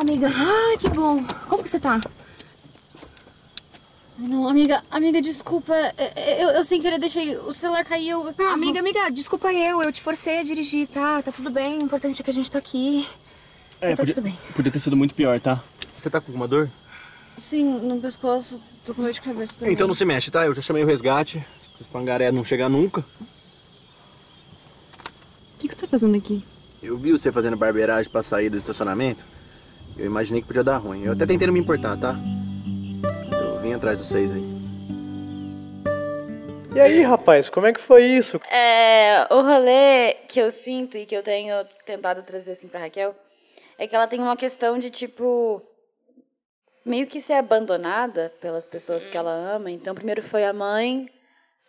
Speaker 9: Amiga, ai, Ah, que bom. Como que você tá?
Speaker 6: Não, amiga, amiga, desculpa. é, Eu, eu sem querer deixei o celular cair. Eu...
Speaker 9: Ah, amiga, amiga, desculpa eu, eu te forcei a dirigir, tá? Tá tudo bem, o importante é que a gente tá aqui.
Speaker 8: É,
Speaker 9: tá
Speaker 8: podia,
Speaker 9: tudo bem.
Speaker 8: podia ter sido muito pior, tá? Você tá com alguma dor?
Speaker 6: Sim, assim, no pescoço. Tô com dor de cabeça
Speaker 4: Uhum.
Speaker 6: também.
Speaker 8: Então não se mexe, tá? Eu já chamei o resgate. Se esses pangaré não chegar nunca.
Speaker 9: O que, que você tá fazendo aqui?
Speaker 8: Eu vi você fazendo barbeiragem pra sair do estacionamento. Eu imaginei que podia dar ruim. Eu até tentei não me importar, tá? Eu vim atrás dos seis aí.
Speaker 1: E aí, rapaz, como é que foi isso?
Speaker 4: É, o rolê que eu sinto e que eu tenho tentado trazer assim pra Raquel é que ela tem uma questão de tipo. Meio que ser abandonada pelas pessoas que ela ama. Então, primeiro foi a mãe,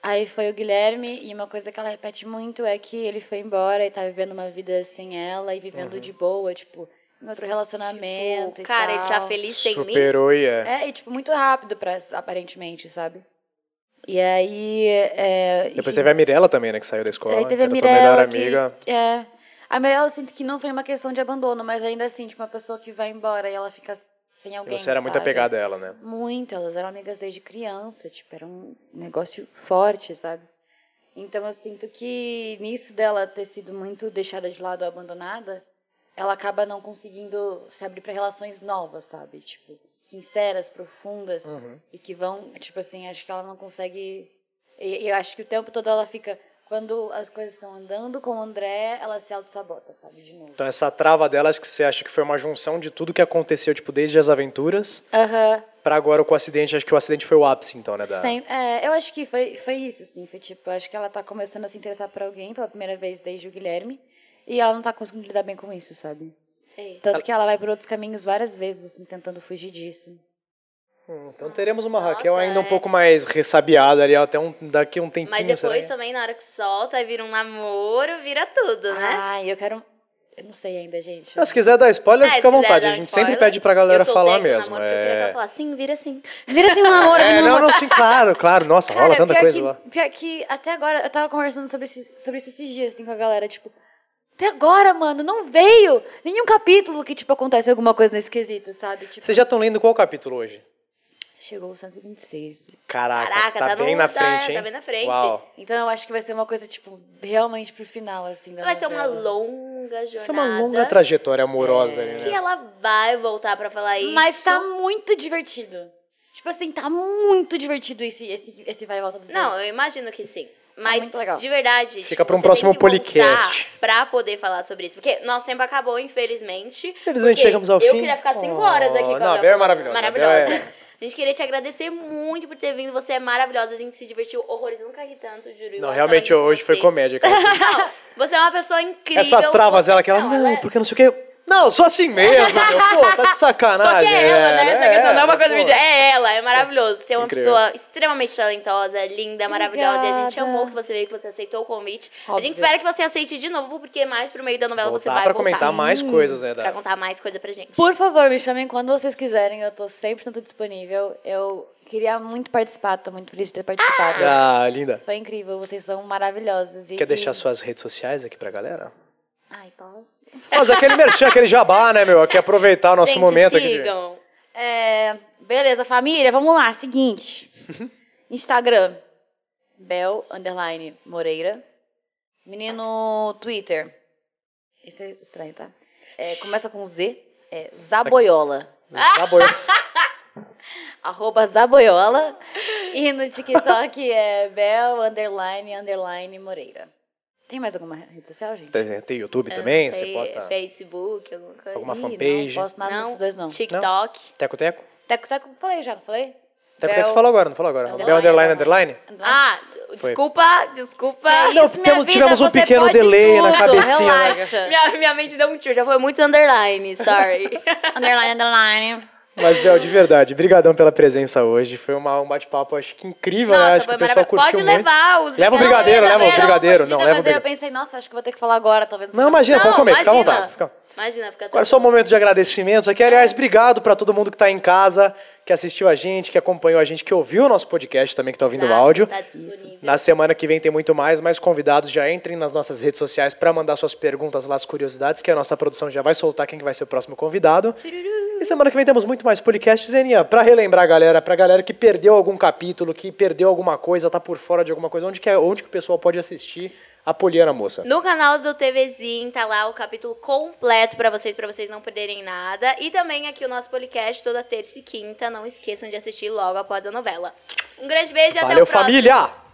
Speaker 4: aí foi o Guilherme, e uma coisa que ela repete muito é que ele foi embora e tá vivendo uma vida sem ela e vivendo de boa, tipo, em outro relacionamento.
Speaker 2: Tipo,
Speaker 4: e
Speaker 2: cara,
Speaker 4: tal.
Speaker 2: ele tá feliz sem mim.
Speaker 1: Superou e é.
Speaker 4: É, e tipo, muito rápido, pra, aparentemente, sabe? E aí. É,
Speaker 1: Depois
Speaker 4: enfim.
Speaker 1: teve a Mirella também, né, que saiu da escola.
Speaker 4: Aí teve a
Speaker 1: que era tua
Speaker 4: Mirella.
Speaker 1: melhor
Speaker 4: que-
Speaker 1: amiga.
Speaker 4: é. A Mirella eu sinto que não foi uma questão de abandono, mas ainda assim, tipo, uma pessoa que vai embora e ela fica sem
Speaker 1: E
Speaker 4: alguém.
Speaker 1: você era muito
Speaker 4: sabe?
Speaker 1: apegada a ela, né?
Speaker 4: Muito, elas eram amigas desde criança, tipo, era um negócio forte, sabe? Então eu sinto que nisso dela ter sido muito deixada de lado, abandonada, ela acaba não conseguindo se abrir pra relações novas, sabe? Tipo, sinceras, profundas e que vão, tipo assim, acho que ela não consegue. E, e eu acho que o tempo todo ela fica. Quando as coisas estão andando com o André, ela se auto-sabota, sabe? De novo.
Speaker 1: Então essa trava dela, acho que você acha que foi uma junção de tudo que aconteceu, tipo, desde as aventuras
Speaker 4: Aham.
Speaker 1: Pra agora com o acidente, acho que o acidente foi o ápice, então, né? Da...
Speaker 4: Sem, é, eu acho que foi, foi isso, assim. Foi tipo, acho que ela tá começando a se interessar por alguém pela primeira vez desde o Guilherme. E ela não tá conseguindo lidar bem com isso, sabe?
Speaker 2: Sim.
Speaker 4: Tanto que ela vai por outros caminhos várias vezes, assim, tentando fugir disso.
Speaker 1: Hum, Então teremos uma
Speaker 2: Nossa,
Speaker 1: Raquel ainda um
Speaker 2: é.
Speaker 1: pouco mais ressabiada ali, até um, daqui um tempinho.
Speaker 2: Mas
Speaker 1: será
Speaker 2: depois
Speaker 1: que-
Speaker 2: também, na hora que solta, aí vira um namoro, vira tudo,
Speaker 1: Ah,
Speaker 2: né?
Speaker 4: Ai, eu quero. Eu não sei ainda, gente.
Speaker 1: Não, se quiser dar spoiler,
Speaker 2: É,
Speaker 1: fica à
Speaker 2: se quiser
Speaker 1: vontade.
Speaker 2: dar
Speaker 1: A gente
Speaker 2: spoiler,
Speaker 1: sempre pede pra galera
Speaker 2: eu soltei
Speaker 1: falar
Speaker 2: aqui no
Speaker 1: mesmo.
Speaker 2: namoro, porque eu queria
Speaker 1: É...
Speaker 2: falar assim, vira assim.
Speaker 4: Vira assim um namoro,
Speaker 1: é,
Speaker 4: vira um
Speaker 1: não,
Speaker 4: namoro.
Speaker 1: não, sim, claro, claro. Nossa, rola tanta
Speaker 4: pior
Speaker 1: coisa
Speaker 4: que,
Speaker 1: lá.
Speaker 4: Pior que até agora, eu tava conversando sobre, esse- sobre isso esses dias, assim, com a galera, tipo, até agora, mano, não veio nenhum capítulo que, tipo, acontece alguma coisa nesse quesito, sabe? Tipo,
Speaker 1: Vocês já estão lendo qual capítulo hoje?
Speaker 4: chegou o 126.
Speaker 1: Caraca,
Speaker 2: Caraca,
Speaker 1: tá,
Speaker 2: tá
Speaker 1: bem
Speaker 2: no-
Speaker 1: na
Speaker 2: tá-
Speaker 1: frente, hein?
Speaker 2: tá bem na frente.
Speaker 1: Uau.
Speaker 4: Então eu acho que vai ser uma coisa, tipo, realmente pro final, assim. da
Speaker 2: Vai ser uma
Speaker 4: novela.
Speaker 2: longa jornada.
Speaker 1: Isso é uma longa trajetória amorosa ali,
Speaker 2: É, Que
Speaker 1: né?
Speaker 2: ela vai voltar pra falar isso.
Speaker 4: Mas tá muito divertido. Tipo assim, tá muito divertido esse, esse, esse vai e volta dos
Speaker 2: Não,
Speaker 4: dois.
Speaker 2: eu imagino que sim. Mas,
Speaker 4: Tá muito legal.
Speaker 2: de verdade,
Speaker 1: Fica
Speaker 2: tipo,
Speaker 1: pra um
Speaker 2: você
Speaker 1: próximo
Speaker 2: tem que voltar
Speaker 1: podcast.
Speaker 2: Pra poder falar sobre isso. Porque nosso tempo acabou, infelizmente.
Speaker 1: Infelizmente,
Speaker 2: Porque
Speaker 1: chegamos ao
Speaker 2: Eu
Speaker 1: fim.
Speaker 2: queria ficar cinco
Speaker 1: Oh,
Speaker 2: horas aqui com
Speaker 1: não, a
Speaker 2: Bel
Speaker 1: Bel é
Speaker 2: falando.
Speaker 1: maravilhosa,
Speaker 2: Maravilhosa.
Speaker 1: a Bel é-
Speaker 2: A gente queria te agradecer muito por ter vindo. Você é maravilhosa. A gente se divertiu horrores. Nunca ri tanto, juro.
Speaker 1: Não,
Speaker 2: igual
Speaker 1: realmente
Speaker 2: falando com
Speaker 1: hoje foi
Speaker 2: você.
Speaker 1: comédia, cara.
Speaker 2: Não, você é uma pessoa incrível.
Speaker 1: Essas travas
Speaker 2: você-
Speaker 1: dela, que ela,
Speaker 2: ela é-
Speaker 1: não, porque não sei o quê. Não, sou assim mesmo, meu. Pô, tá de
Speaker 2: Só que
Speaker 1: sacanagem.
Speaker 2: é ela, né? Essa questão não é uma coisa
Speaker 1: pô.
Speaker 2: muito. É ela, é maravilhoso. Você é uma
Speaker 1: Incrível.
Speaker 2: pessoa extremamente talentosa, é linda, maravilhosa. E a gente amou que você veio, que você aceitou o convite. A
Speaker 4: Óbvio.
Speaker 2: gente espera que você aceite de novo, porque mais pro meio da novela você
Speaker 1: Voltar
Speaker 2: vai
Speaker 1: pra
Speaker 2: voltar.
Speaker 1: comentar mais coisas, né,
Speaker 2: Pra
Speaker 1: da...
Speaker 2: contar mais coisa pra gente.
Speaker 4: Por favor, me chamem quando vocês quiserem, eu tô 100% disponível. Eu queria muito participar, tô muito feliz de ter participado.
Speaker 1: Ah, linda.
Speaker 4: Foi incrível, vocês são maravilhosos. E,
Speaker 1: Quer deixar
Speaker 4: e-
Speaker 1: suas redes sociais aqui pra galera?
Speaker 2: Ai, posso?
Speaker 1: Faz aquele merchan, aquele jabá, né, meu? Aqui aproveitar o nosso
Speaker 2: gente,
Speaker 1: momento aqui. de-
Speaker 2: sigam.
Speaker 4: É, beleza, família, vamos lá, seguinte. Instagram, Bel, underline, Moreira. Menino, Twitter. Isso é estranho, tá? É, começa com Z, é Zaboiola.
Speaker 1: Tá bom.
Speaker 4: arroba Zaboiola. E no TikTok é Bel, underline, underline, Moreira. Tem mais alguma rede social, gente?
Speaker 1: Tem, tem YouTube
Speaker 2: Eu
Speaker 1: também?
Speaker 2: não
Speaker 1: Você
Speaker 2: sei,
Speaker 1: posta
Speaker 2: Facebook, alguma coisa.
Speaker 1: alguma
Speaker 4: Ih,
Speaker 1: fanpage?
Speaker 4: Não posto nada
Speaker 2: Não.
Speaker 4: desses dois, não.
Speaker 2: TikTok.
Speaker 1: Teco-teco?
Speaker 4: Teco, teco, falei já, não falei?
Speaker 1: Teco-teco você
Speaker 4: Bel-
Speaker 1: falou agora, não falou agora. Bel underline,
Speaker 4: Underline.
Speaker 1: underline?
Speaker 2: Ah, desculpa, desculpa.
Speaker 4: É
Speaker 1: Não,
Speaker 4: isso, minha
Speaker 1: temos-
Speaker 4: vida,
Speaker 1: tivemos um
Speaker 4: você
Speaker 1: pequeno
Speaker 4: pode
Speaker 1: delay na
Speaker 4: tudo,
Speaker 1: cabecinha, né?
Speaker 4: Relaxa.
Speaker 2: Minha, minha mente deu um tiro, já foi muito underline, sorry.
Speaker 4: underline, underline.
Speaker 1: Mas, Bel, de verdade, brigadão pela presença hoje. Foi uma, um bate-papo, acho que incrível, né?
Speaker 2: Nossa,
Speaker 1: Acho que
Speaker 2: foi
Speaker 1: o pessoal
Speaker 2: maravilhoso.
Speaker 1: curtiu
Speaker 2: Pode
Speaker 1: muito.
Speaker 2: levar os
Speaker 1: Leva o brigadeiro,
Speaker 4: Não,
Speaker 1: leva o
Speaker 4: era uma
Speaker 1: brigadeiro.
Speaker 4: bandida,
Speaker 1: Não, leva o
Speaker 4: mas aí eu
Speaker 1: brigadeiro.
Speaker 4: pensei, nossa, acho que vou ter que falar agora, talvez.
Speaker 1: Não, imagina, pode
Speaker 2: Não,
Speaker 1: comer, fica à
Speaker 2: imagina.
Speaker 1: vontade. fica-
Speaker 2: Imagina, fica
Speaker 1: Agora é só um momento de agradecimentos aqui.
Speaker 2: É.
Speaker 1: Aliás, obrigado para todo mundo que está em casa, que assistiu a gente, que acompanhou a gente, que ouviu o nosso podcast também, que está ouvindo o áudio.
Speaker 2: Tá disponível.
Speaker 1: Na semana que vem tem muito mais, mais convidados já entrem nas nossas redes sociais para mandar suas perguntas lá, as curiosidades, que a nossa produção já vai soltar quem que vai ser o próximo convidado. E semana que vem temos muito mais podcasts, Zeninha. Para relembrar a galera, para galera que perdeu algum capítulo, que perdeu alguma coisa, tá por fora de alguma coisa, onde que, é, onde que o pessoal pode assistir a Poliana Moça?
Speaker 2: No canal do TVzinho tá lá o capítulo completo pra vocês, pra vocês não perderem nada. E também aqui o nosso podcast toda terça e quinta. Não esqueçam de assistir logo após a novela. Um grande beijo e até
Speaker 1: Valeu,
Speaker 2: o próximo.
Speaker 1: família!
Speaker 3: tá